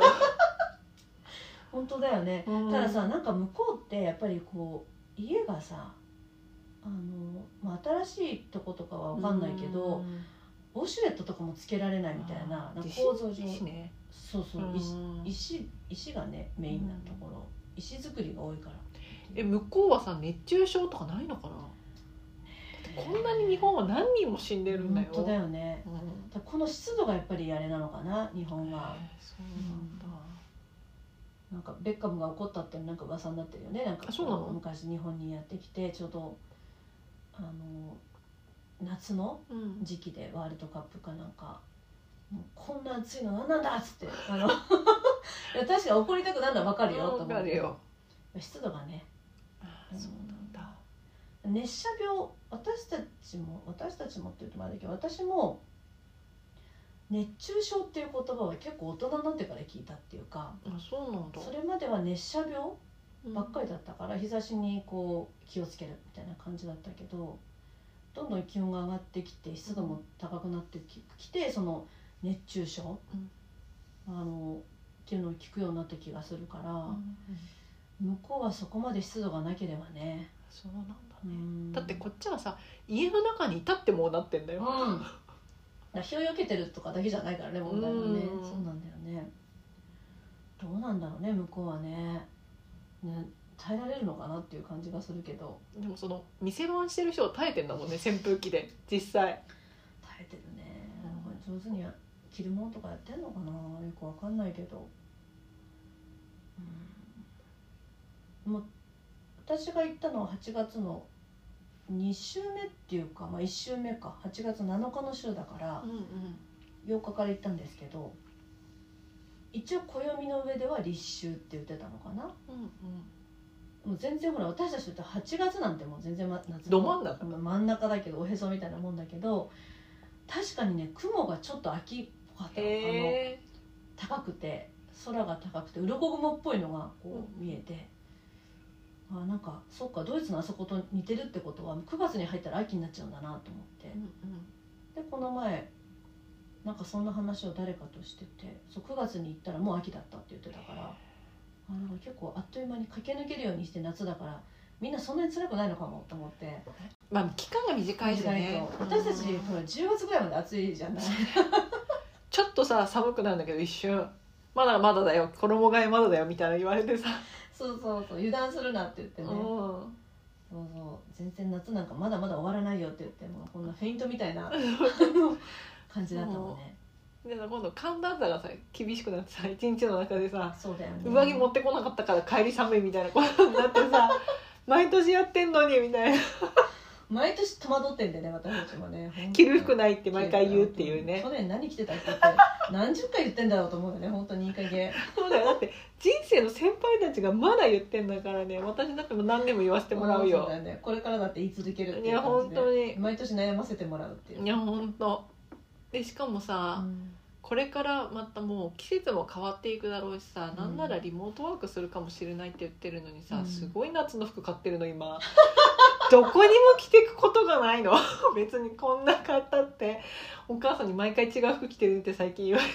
[SPEAKER 2] 本当だよね、
[SPEAKER 1] うん
[SPEAKER 2] たださなんか向こうってやっぱりこう家がさあの、まあ、新しいとことかは分かんないけど、
[SPEAKER 1] うん
[SPEAKER 2] ウォシュレットとかもつけられないみたいな
[SPEAKER 1] あー
[SPEAKER 2] なんか構造上
[SPEAKER 1] 石ね
[SPEAKER 2] そうそう、
[SPEAKER 1] うん
[SPEAKER 2] 石石石がねメインなところ、石造りが多いから
[SPEAKER 1] え向こうはさ熱中症とかないのかなだってこんなに日本は何人も死んでるんだよ
[SPEAKER 2] 本当だよね
[SPEAKER 1] うん
[SPEAKER 2] だからこの湿度がやっぱりあれなのかな日本は
[SPEAKER 1] へーそうなんだ
[SPEAKER 2] なんかベッカムが怒ったってなんか噂になってるよねなんか
[SPEAKER 1] あそうなの
[SPEAKER 2] 昔日本にやってきてちょうどあの夏の
[SPEAKER 1] うん
[SPEAKER 2] 時期でワールドカップかなんかもうこんな暑いの何なんだっつってあの いや確かに怒りたくなるのは分かるよと思う
[SPEAKER 1] わかるよ
[SPEAKER 2] 湿度がね
[SPEAKER 1] あーんだ
[SPEAKER 2] 熱射病私たちも私たちもって言うとまだけど私も熱中症っていう言葉は結構大人になってから聞いたっていうか
[SPEAKER 1] あそうなんだ
[SPEAKER 2] それまでは熱射病
[SPEAKER 1] うん
[SPEAKER 2] ばっかりだったから日差しにこう気をつけるみたいな感じだったけどどんどん気温が上がってきて湿度も高くなってききてその熱中症、
[SPEAKER 1] うん
[SPEAKER 2] あのっていうのを聞くようになった気がするから、
[SPEAKER 1] うん
[SPEAKER 2] 向こうはそこまで湿度がなければね。
[SPEAKER 1] そうなんだ
[SPEAKER 2] う
[SPEAKER 1] ね
[SPEAKER 2] ん
[SPEAKER 1] だってこっちはさ家の中にいたってもうなってんだよ
[SPEAKER 2] うん、だから日をよけてるとかだけじゃないからね問題はね
[SPEAKER 1] うん
[SPEAKER 2] そうなんだよねどうなんだろうね向こうはねね耐えられるのかなっていう感じがするけど
[SPEAKER 1] でもその店番してる人は耐えてんだもんね扇風機で実際
[SPEAKER 2] 耐えてるね
[SPEAKER 1] うん
[SPEAKER 2] なんか上手に着るものとかやってんのかなよくわかんないけどうんもう私が行ったのは8月の2週目っていうか、まあ、1週目か8月7日の週だから、
[SPEAKER 1] うんうん
[SPEAKER 2] 8日から行ったんですけど一応暦の上では立秋って言ってたのかな
[SPEAKER 1] うんうん
[SPEAKER 2] もう全然ほら私たちって8月なんてもう全然ま夏
[SPEAKER 1] ど真ん中
[SPEAKER 2] 真ん中だけどおへそみたいなもんだけど確かにね雲がちょっと秋っぽかったのあの
[SPEAKER 1] へえ
[SPEAKER 2] 高くて空が高くて鱗雲っぽいのがこう見えて、あなんかそっかドイツのあそこと似てるってことは9月に入ったら秋になっちゃうんだなと思って
[SPEAKER 1] うんうん
[SPEAKER 2] でこの前なんかそんな話を誰かとしててそう9月に行ったらもう秋だったって言ってたからあなんか結構あっという間に駆け抜けるようにして夏だからみんなそんなに辛くないのかもと思って
[SPEAKER 1] まあ期間が短いしね
[SPEAKER 2] 意外と私たち
[SPEAKER 1] うん
[SPEAKER 2] ほら10月ぐらいまで暑いじゃない
[SPEAKER 1] ちょっとさ寒くなるんだけど一瞬まだまだだよ衣替えまだだよみたいな言われてさ、
[SPEAKER 2] そうそうそう油断するなって言って
[SPEAKER 1] う
[SPEAKER 2] ね
[SPEAKER 1] ん
[SPEAKER 2] そうそう全然夏なんかまだまだ終わらないよって言ってもうこんなフェイントみたいなあの 感じだったもんね
[SPEAKER 1] で今度寒暖差がさ厳しくなってさ一日の中でさ
[SPEAKER 2] そうだよね
[SPEAKER 1] 上着持ってこなかったから帰り寒いみたいなことになって さ毎年やってんのにみたいな
[SPEAKER 2] 毎年戸惑ってんだよね私たちもね
[SPEAKER 1] 着る服ないって毎回言うっていうね
[SPEAKER 2] 去年何着てたっけって何十回言ってんだろうと思うよね本当にいい加減
[SPEAKER 1] そうだよだって人生の先輩たちがまだ言ってんだからね私なんかも何年も言わせてもらう
[SPEAKER 2] そ
[SPEAKER 1] よ
[SPEAKER 2] だよねこれからだって言い続けるって
[SPEAKER 1] い
[SPEAKER 2] いう
[SPEAKER 1] や
[SPEAKER 2] 感
[SPEAKER 1] 本
[SPEAKER 2] じ
[SPEAKER 1] 当
[SPEAKER 2] で
[SPEAKER 1] に
[SPEAKER 2] 毎年悩ませてもらうっていう
[SPEAKER 1] いや本当でしかも
[SPEAKER 2] う
[SPEAKER 1] さ、
[SPEAKER 2] ん
[SPEAKER 1] これからまたもう季節も変わっていくだろうしさ、なんならリモートワークするかもしれないって言ってるのにさ、
[SPEAKER 2] うん
[SPEAKER 1] すごい夏の服買ってるの今どこにも着てくことがないの 別にこんな買ったってお母さんに毎回違う服着てるって最近言われて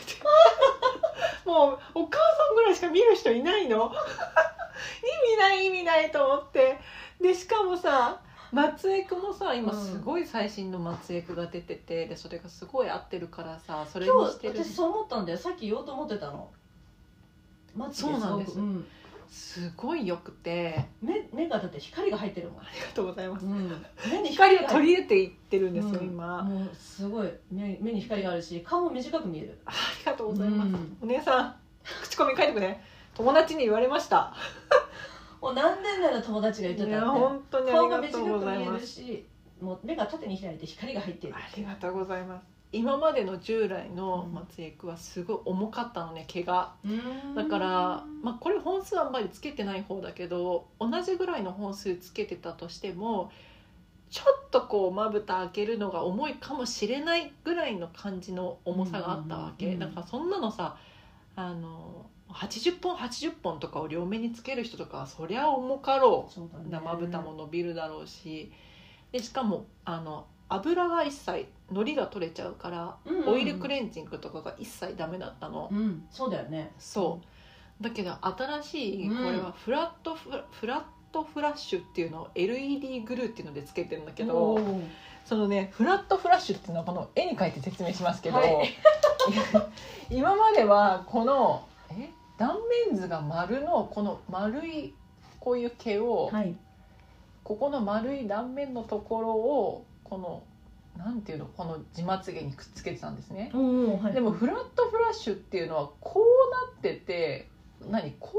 [SPEAKER 1] もうお母さんぐらいしか見る人いないの 意味ない意味ないと思ってでしかもさ松江区もさ今
[SPEAKER 2] うん
[SPEAKER 1] すごい最新の松江区が出ててでそれがすごい合ってるからさそれに
[SPEAKER 2] 今
[SPEAKER 1] して
[SPEAKER 2] 日
[SPEAKER 1] る
[SPEAKER 2] 私そう思ったんだよさっき言おうと思ってたのマジ
[SPEAKER 1] そうなんです
[SPEAKER 2] ごくうん
[SPEAKER 1] すごい良くて
[SPEAKER 2] 目目がだって光が入ってるもん
[SPEAKER 1] ありがとうございます
[SPEAKER 2] うん目に
[SPEAKER 1] 光
[SPEAKER 2] 光
[SPEAKER 1] を
[SPEAKER 2] が
[SPEAKER 1] 取り入
[SPEAKER 2] 入る
[SPEAKER 1] れていってるんですよ、
[SPEAKER 2] うん
[SPEAKER 1] 今あ
[SPEAKER 2] もうすごい目目に光があるし顔も短く見える
[SPEAKER 1] ありがとうございます、
[SPEAKER 2] うん
[SPEAKER 1] お姉さん口コミ書いてくれ友達に言われました
[SPEAKER 2] もう何年なら友達が言って
[SPEAKER 1] い
[SPEAKER 2] た
[SPEAKER 1] や
[SPEAKER 2] って
[SPEAKER 1] 本当にあ
[SPEAKER 2] 顔
[SPEAKER 1] り
[SPEAKER 2] が
[SPEAKER 1] がと
[SPEAKER 2] 短
[SPEAKER 1] うご
[SPEAKER 2] く
[SPEAKER 1] ざ
[SPEAKER 2] 見
[SPEAKER 1] い
[SPEAKER 2] え
[SPEAKER 1] ま
[SPEAKER 2] る
[SPEAKER 1] す
[SPEAKER 2] しもう目が縦に開いて光が入っている
[SPEAKER 1] ありがとうございます今までの従来の
[SPEAKER 2] うん
[SPEAKER 1] 松江区はすごい重かったのね毛がだ
[SPEAKER 2] だ
[SPEAKER 1] から、まあ、これ本数あんまりつけてない方だけど同じぐらいの本数つけてたとしてもちょっとこうまぶた開けるのが重いかもしれないぐらいの感じの重さがあったわけ、
[SPEAKER 2] うんうんうん
[SPEAKER 1] だからそんなのさあの80本80本とかを両目につける人とかはそりゃ重かろ
[SPEAKER 2] そうだ
[SPEAKER 1] う
[SPEAKER 2] ね
[SPEAKER 1] なまぶたも伸びるだろうしでしかもあの油が一切のりが取れちゃうから
[SPEAKER 2] うんうんうん
[SPEAKER 1] オイルクレンジングとかが一切ダメだったの。
[SPEAKER 2] うんそうだよね
[SPEAKER 1] そうだけど新しいこ
[SPEAKER 2] うん
[SPEAKER 1] れはフラットフラ,、フラットフラッシュっていうのを LED グルーっていうのでつけてるんだけ
[SPEAKER 2] お
[SPEAKER 1] ど
[SPEAKER 2] ー
[SPEAKER 1] そのねフラットフラッシュっていうのはこの絵に描いて説明しますけど、
[SPEAKER 2] はい
[SPEAKER 1] 今まではこのえ断面図が丸のこの丸いこういう毛を、
[SPEAKER 2] はい
[SPEAKER 1] ここの丸い断面のところをこのなんていうのこの地まつげにくっつけてたんですね。
[SPEAKER 2] おーはい
[SPEAKER 1] でもフラットフラッシュっていうのはこうなってて何こ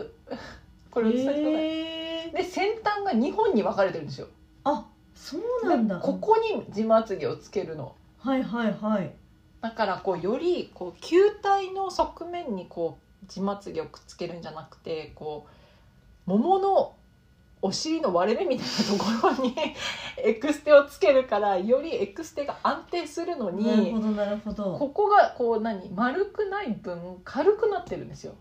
[SPEAKER 1] ういう これ映した人が
[SPEAKER 2] へー
[SPEAKER 1] で先端が2本に分かれてるんですよ
[SPEAKER 2] あそうなんだ
[SPEAKER 1] でここに地まつげをつけるの
[SPEAKER 2] はいはいはい
[SPEAKER 1] だからこうよりこう球体の側面にこう地まつげをくっつけるんじゃなくてこう桃のお尻の割れ目みたいなところに エクステをつけるからよりエクステが安定するの
[SPEAKER 2] なる
[SPEAKER 1] に
[SPEAKER 2] ほどなるほど
[SPEAKER 1] ここがこう何丸くない分軽くなってるんですよ。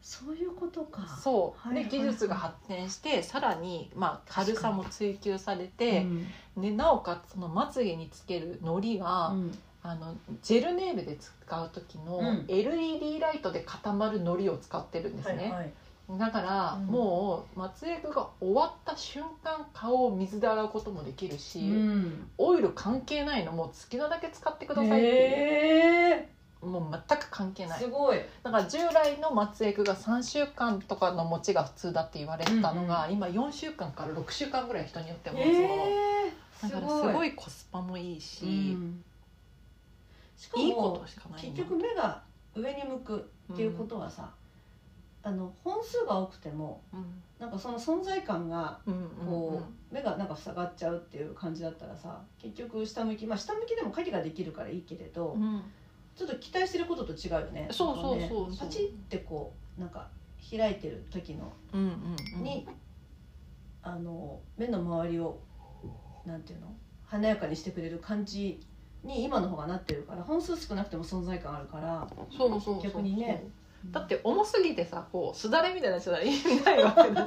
[SPEAKER 2] そういうことか
[SPEAKER 1] そう、
[SPEAKER 2] はいはいはい
[SPEAKER 1] で技術が発展してさらに、まあ、軽さも追求されて、
[SPEAKER 2] ん
[SPEAKER 1] でなおかつそのまつげにつけるのりが、
[SPEAKER 2] うん
[SPEAKER 1] あのジェルネイルで使う時の
[SPEAKER 2] うん
[SPEAKER 1] LED ライトで固まるのりを使ってるんですね、
[SPEAKER 2] はいはい
[SPEAKER 1] だから、
[SPEAKER 2] うん
[SPEAKER 1] もう松江区が終わった瞬間顔を水で洗うこともできるし、
[SPEAKER 2] うん
[SPEAKER 1] オイル関係ないのもう好きなだけ使ってくださいって
[SPEAKER 2] へ
[SPEAKER 1] いうもう全く関係
[SPEAKER 2] え
[SPEAKER 1] ない
[SPEAKER 2] すごい
[SPEAKER 1] だから従来の松江区が3週間とかの持ちが普通だって言われてたのが、今4週間から6週間ぐらい人によっては持つもの、
[SPEAKER 2] えー
[SPEAKER 1] だ
[SPEAKER 2] す
[SPEAKER 1] から
[SPEAKER 2] ごい
[SPEAKER 1] すごいコスパもいいし、
[SPEAKER 2] うんしかも
[SPEAKER 1] いいことしかないな
[SPEAKER 2] 結局目が上に向くっていうことはさ、あの本数が多くても
[SPEAKER 1] うん
[SPEAKER 2] なんかその存在感が
[SPEAKER 1] うんうんうん
[SPEAKER 2] こう目がなんか塞がっちゃうっていう感じだったらさ結局下向きまあ下向きでも影ができるからいいけれど、
[SPEAKER 1] うん
[SPEAKER 2] ちょっと期待してることと違うよね
[SPEAKER 1] そうそう
[SPEAKER 2] なんかね
[SPEAKER 1] そうそう
[SPEAKER 2] パチってこうなんか開いてる時の
[SPEAKER 1] うんうんうん
[SPEAKER 2] に、あの目の周りをなんていうの華やかにしてくれる感じに今の方がなってるから本数少なくても存在感あるから
[SPEAKER 1] そうそうそう
[SPEAKER 2] 逆にね
[SPEAKER 1] だって重すぎてさこうすだれみたいにな人は意味ないわけですよ
[SPEAKER 2] でも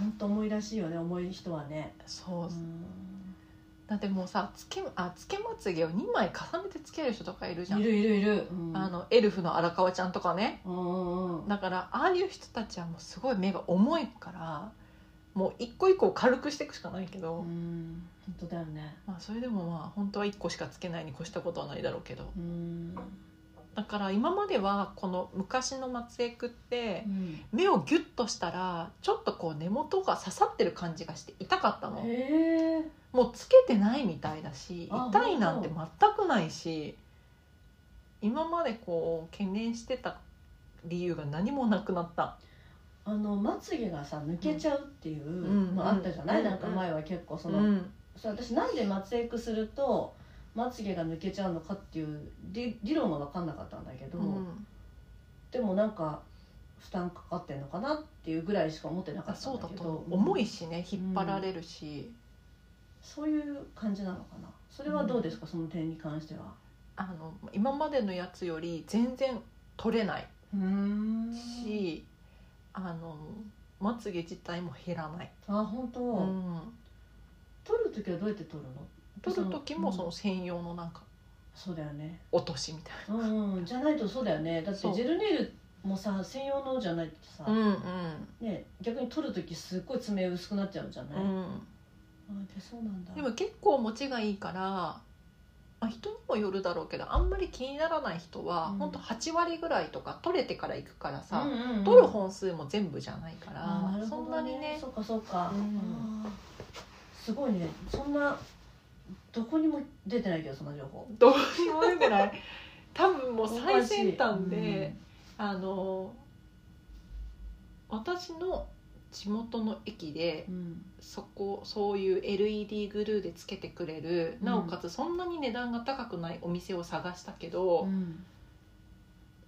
[SPEAKER 2] 本当重いらしいよね重い人はね
[SPEAKER 1] そう
[SPEAKER 2] う
[SPEAKER 1] だってもうさつけあつけまつげを2枚重ねてつける人とかいるじゃ
[SPEAKER 2] んい
[SPEAKER 1] ん
[SPEAKER 2] るいるいる、うん
[SPEAKER 1] あのエルフの荒川ちゃんとかね
[SPEAKER 2] うんうんうん
[SPEAKER 1] だからああいう人たちはもうすごい目が重いからもう一個一個を軽くしていくしかないけど、
[SPEAKER 2] うん本当だよね
[SPEAKER 1] まあそれでもまあ本当は1個しかつけないに越したことはないだろうけど
[SPEAKER 2] うん
[SPEAKER 1] だから今まではこの昔の松江区って、
[SPEAKER 2] うん
[SPEAKER 1] 目をギュッとしたらちょっとこう根元が刺さってる感じがして痛かったの
[SPEAKER 2] へえ
[SPEAKER 1] もうつけてないみたいだし
[SPEAKER 2] あ
[SPEAKER 1] 痛いなんて全くないし今までこう懸念してた理由が何もなくなった
[SPEAKER 2] あのまつげがさ抜けちゃうっていう
[SPEAKER 1] うん
[SPEAKER 2] のあったじゃない、
[SPEAKER 1] うん
[SPEAKER 2] なんか前は結構その、
[SPEAKER 1] うん
[SPEAKER 2] そう私なんでまつエクするとまつげが抜けちゃうのかっていう理理論は分かんなかったんだけど、
[SPEAKER 1] うん
[SPEAKER 2] でもなんか負担かかってんのかなっていうぐらいしか思ってなかった
[SPEAKER 1] そ
[SPEAKER 2] ん
[SPEAKER 1] うだ
[SPEAKER 2] だけ
[SPEAKER 1] と
[SPEAKER 2] ど
[SPEAKER 1] 思う重
[SPEAKER 2] い
[SPEAKER 1] いしね引っ張られるし、
[SPEAKER 2] そういう感じなのかなそれはどうですか、その点に関しては
[SPEAKER 1] あの今までのやつより全然取れない
[SPEAKER 2] うん
[SPEAKER 1] し、あのまつげ自体も減らない。
[SPEAKER 2] あ本当、
[SPEAKER 1] うん
[SPEAKER 2] 取る時はどうやって取るの
[SPEAKER 1] 取る時もそ
[SPEAKER 2] うん
[SPEAKER 1] の専用のなんか
[SPEAKER 2] そうだよね
[SPEAKER 1] 落としみたいな。
[SPEAKER 2] うん うんじゃないとそうだよねだって
[SPEAKER 1] そう
[SPEAKER 2] ジェルネイルもさ専用のじゃないとさ、
[SPEAKER 1] うん
[SPEAKER 2] ね、逆に取る時すっごい爪薄くなっちゃうじゃな
[SPEAKER 1] う
[SPEAKER 2] い、あ
[SPEAKER 1] ん、
[SPEAKER 2] でそうなんだ
[SPEAKER 1] でも結構持ちがいいから、まあ、人にもよるだろうけどあんまり気にならない人は、
[SPEAKER 2] うん
[SPEAKER 1] ほんと8割ぐらいとか取れてから行くからさ、
[SPEAKER 2] うんうんうん
[SPEAKER 1] 取る本数も全部じゃないか
[SPEAKER 2] あー
[SPEAKER 1] ら、
[SPEAKER 2] る
[SPEAKER 1] そ
[SPEAKER 2] ほ
[SPEAKER 1] ん
[SPEAKER 2] ど
[SPEAKER 1] なにね
[SPEAKER 2] そっかそっか、
[SPEAKER 1] うん
[SPEAKER 2] あーすごいねそんなどこにも出てないけどそんな情報
[SPEAKER 1] どうにも出てない多分もう最先端
[SPEAKER 2] おかしい
[SPEAKER 1] で、あの私の地元の駅で、
[SPEAKER 2] うん
[SPEAKER 1] そこそういう LED グルーでつけてくれる、
[SPEAKER 2] うん
[SPEAKER 1] なおかつそんなに値段が高くないお店を探したけ
[SPEAKER 2] う
[SPEAKER 1] ど、
[SPEAKER 2] ん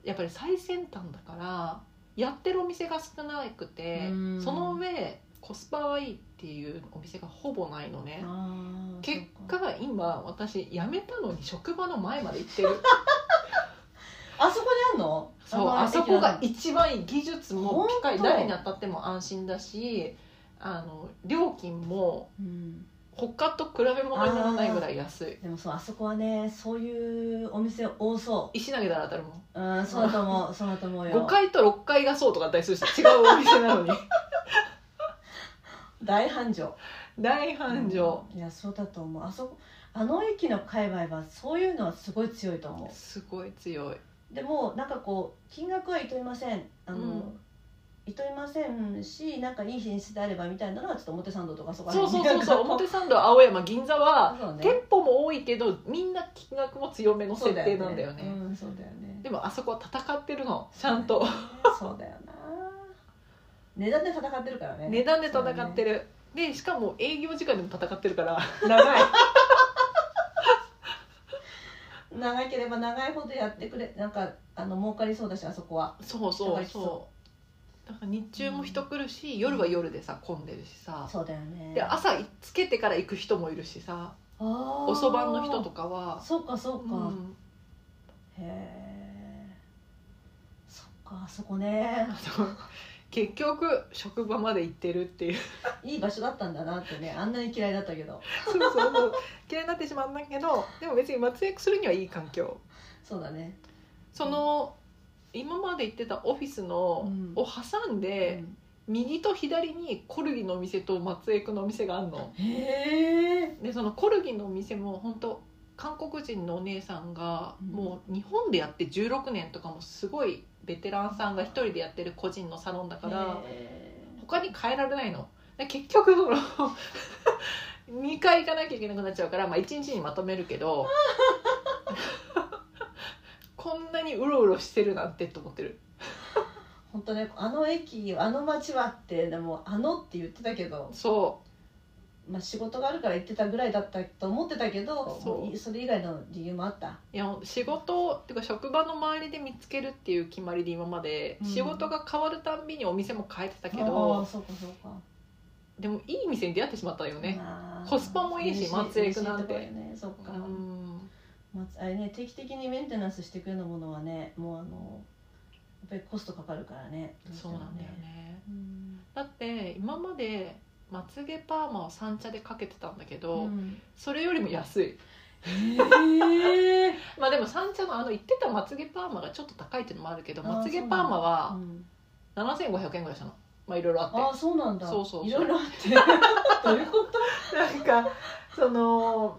[SPEAKER 1] やっぱり最先端だからやってるお店が少なくて、
[SPEAKER 2] うん
[SPEAKER 1] その上コスパはいいっていうお店がほぼないのね
[SPEAKER 2] あー
[SPEAKER 1] 結
[SPEAKER 2] そっか
[SPEAKER 1] 果今私辞めたのに職場の前まで行ってる
[SPEAKER 2] あそこにあんの
[SPEAKER 1] そう
[SPEAKER 2] の
[SPEAKER 1] あそこが一番いい技術も機械
[SPEAKER 2] 本当
[SPEAKER 1] 誰に当たっても安心だしあの料金も
[SPEAKER 2] うん
[SPEAKER 1] 他と比べ物にならないぐらい安い。
[SPEAKER 2] でもそうあそこはねそういうお店多そ
[SPEAKER 1] 石投げたら当たるもん
[SPEAKER 2] ううんそうだ と思うそうだと思うよ
[SPEAKER 1] 5階と6階がそうとかあったりするし違うお店な のに
[SPEAKER 2] 大繁盛
[SPEAKER 1] 大繁盛、
[SPEAKER 2] うんいやそうだと思うあそこあの駅の界隈はそういうのはすごい強いと思う
[SPEAKER 1] すごい強い
[SPEAKER 2] でもなんかこう金額は厭いませんあの、
[SPEAKER 1] うん
[SPEAKER 2] 厭いませんしなんかいい品質であればみたいなのはちょっと表参道とかそこら
[SPEAKER 1] そうそうそう
[SPEAKER 2] なんか
[SPEAKER 1] そう
[SPEAKER 2] こ
[SPEAKER 1] 表参道青山銀座は
[SPEAKER 2] そうね
[SPEAKER 1] 店舗も多いけどみんな金額も強めの
[SPEAKER 2] そ
[SPEAKER 1] 設
[SPEAKER 2] う
[SPEAKER 1] 定なんだよね
[SPEAKER 2] うんそうだよね
[SPEAKER 1] でもあそこは戦ってるのちゃんと、
[SPEAKER 2] そうだよな値段で戦ってるからね
[SPEAKER 1] 値段で戦って
[SPEAKER 2] る
[SPEAKER 1] る、でしかも営業時間でも戦ってるから長い
[SPEAKER 2] 長ければ長いほどやってくれなんかあの儲かりそうだしあそこは
[SPEAKER 1] そう
[SPEAKER 2] 人
[SPEAKER 1] そ
[SPEAKER 2] が
[SPEAKER 1] う
[SPEAKER 2] 来
[SPEAKER 1] そうだから日中も人来るし、夜は夜でさ混んでるしさ
[SPEAKER 2] そうだよね
[SPEAKER 1] で朝つけてから行く人もいるしさお
[SPEAKER 2] お
[SPEAKER 1] そばの人とかは
[SPEAKER 2] そうかそうか、
[SPEAKER 1] うん
[SPEAKER 2] へえそっかあそこね
[SPEAKER 1] あと結局職場まで行ってるっていう
[SPEAKER 2] いい場所だったんだなってねあんなに嫌いだったけど
[SPEAKER 1] そうそうそう嫌いになってしまうんだけどでも別に松役するにはいい環境
[SPEAKER 2] そうだね
[SPEAKER 1] その今まで行ってたオフィスの、
[SPEAKER 2] うん
[SPEAKER 1] を挟んで、右と左にコルギのお店と松江区のお店があるの
[SPEAKER 2] うんへえ
[SPEAKER 1] でそのコルギのお店も本当韓国人のお姉さんが
[SPEAKER 2] うん
[SPEAKER 1] もう日本でやって16年とかもすごいベテランさんが一人でやってる個人のサロンだから他に変えられないので結局その 2回行かなきゃいけなくなっちゃうから、まあ、1日にまとめるけど こんなにうろうろしてるなんてと思ってる
[SPEAKER 2] 本当ねあの駅あの街はってでもあのって言ってたけど、
[SPEAKER 1] そ
[SPEAKER 2] まあ、仕事があるから行ってたぐらいだったと思ってたけど
[SPEAKER 1] そう
[SPEAKER 2] もういそれ以外の理由もあった
[SPEAKER 1] ういや仕事っていうか職場の周りで見つけるっていう決まりで今まで、
[SPEAKER 2] うん
[SPEAKER 1] 仕事が変わるたんびにお店も変えてたけ
[SPEAKER 2] ああ
[SPEAKER 1] ど
[SPEAKER 2] そうかそうか
[SPEAKER 1] でもいい店に出会ってしまったよね
[SPEAKER 2] ああ
[SPEAKER 1] コスパもいいし
[SPEAKER 2] 嬉
[SPEAKER 1] 松江区なんて
[SPEAKER 2] 嬉しいとこよね、そっ
[SPEAKER 1] う
[SPEAKER 2] か、
[SPEAKER 1] ん
[SPEAKER 2] まあ、あれね定期的にメンテナンスしていくようなものはねもうあのやっぱりコストかかるからね
[SPEAKER 1] そうなんだよね
[SPEAKER 2] うん
[SPEAKER 1] だって今までまつげパーマを三茶でかけてたんだけど、
[SPEAKER 2] うん
[SPEAKER 1] それよりも安い
[SPEAKER 2] へえ
[SPEAKER 1] まあでも三茶のあの言ってたまつげパーマがちょっと高いっていうのもあるけどまつげパーマ
[SPEAKER 2] う
[SPEAKER 1] は
[SPEAKER 2] ん
[SPEAKER 1] 7500円ぐらいしたのまあいろいろ
[SPEAKER 2] あ
[SPEAKER 1] あっ
[SPEAKER 2] あそうなんだ
[SPEAKER 1] そうそうそう
[SPEAKER 2] ろいろあって どういうこと
[SPEAKER 1] てなんか その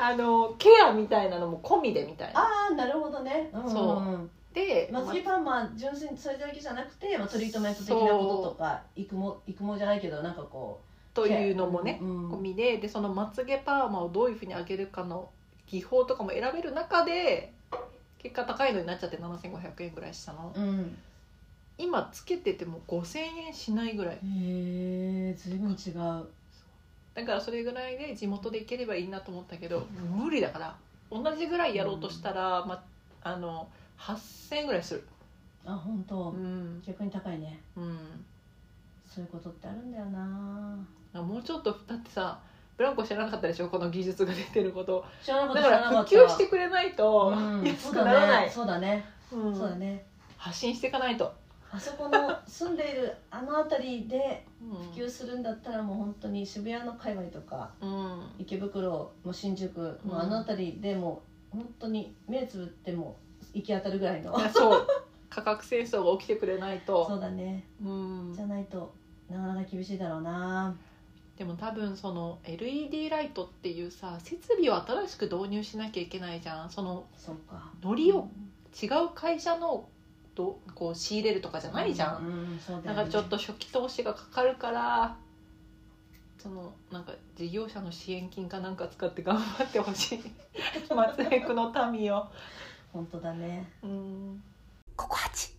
[SPEAKER 1] あのケアみたいなのも込みでみたいな
[SPEAKER 2] ああなるほどね、うんうんうん、
[SPEAKER 1] そで
[SPEAKER 2] まつげパーマ純粋にそれだけじゃなくて、まあ、トリートメント的なこととか育毛育毛じゃないけどなんかこう
[SPEAKER 1] というのもね
[SPEAKER 2] うん
[SPEAKER 1] 込みででそのまつげパーマをどういうふうに上げるかの技法とかも選べる中で結果高いのになっちゃって7500円ぐらいしたの
[SPEAKER 2] うん
[SPEAKER 1] 今つけてても5000円しないぐらい
[SPEAKER 2] へえ随分違う
[SPEAKER 1] だからそれぐらいで地元で行ければいいなと思ったけど無理だから同じぐらいやろうとしたら、まあの8000円ぐらいする
[SPEAKER 2] あ本当、
[SPEAKER 1] うん
[SPEAKER 2] 逆に高いね
[SPEAKER 1] うん
[SPEAKER 2] そういうことってあるんだよな
[SPEAKER 1] もうちょっとだってさブランコ知らなかったでしょこの技術が出てること
[SPEAKER 2] 知らなか
[SPEAKER 1] だ
[SPEAKER 2] った
[SPEAKER 1] か
[SPEAKER 2] 知らなからった
[SPEAKER 1] 普及してくれないと
[SPEAKER 2] うん
[SPEAKER 1] 安くならない、
[SPEAKER 2] そうだね
[SPEAKER 1] うん
[SPEAKER 2] そうだねそうだね
[SPEAKER 1] 発信していかないと、
[SPEAKER 2] あそこの住んでいるあの辺りで
[SPEAKER 1] うん
[SPEAKER 2] 普及するんだったらもう本当に渋谷の界隈とか
[SPEAKER 1] うん
[SPEAKER 2] 池袋も新宿
[SPEAKER 1] うん
[SPEAKER 2] もあの辺りでも本当に目つぶっても行き当たるぐらいの
[SPEAKER 1] いやそう価格戦争が起きてくれない
[SPEAKER 2] そ
[SPEAKER 1] と
[SPEAKER 2] うだね
[SPEAKER 1] うん
[SPEAKER 2] じゃないとなかなか厳しいだろうな
[SPEAKER 1] でも多分その LED ライトっていうさ設備を新しく導入しなきゃいけないじゃんその
[SPEAKER 2] そうか
[SPEAKER 1] ノリを違う会社のどこう仕入れるとかじゃないじゃん、
[SPEAKER 2] うんうんそうだ
[SPEAKER 1] なん
[SPEAKER 2] よね
[SPEAKER 1] かちょっと初期投資がかかるからそのなんか事業者の支援金かなんか使って頑張ってほ しい松江区の民を
[SPEAKER 2] 本当だね
[SPEAKER 1] うん
[SPEAKER 2] ここ八。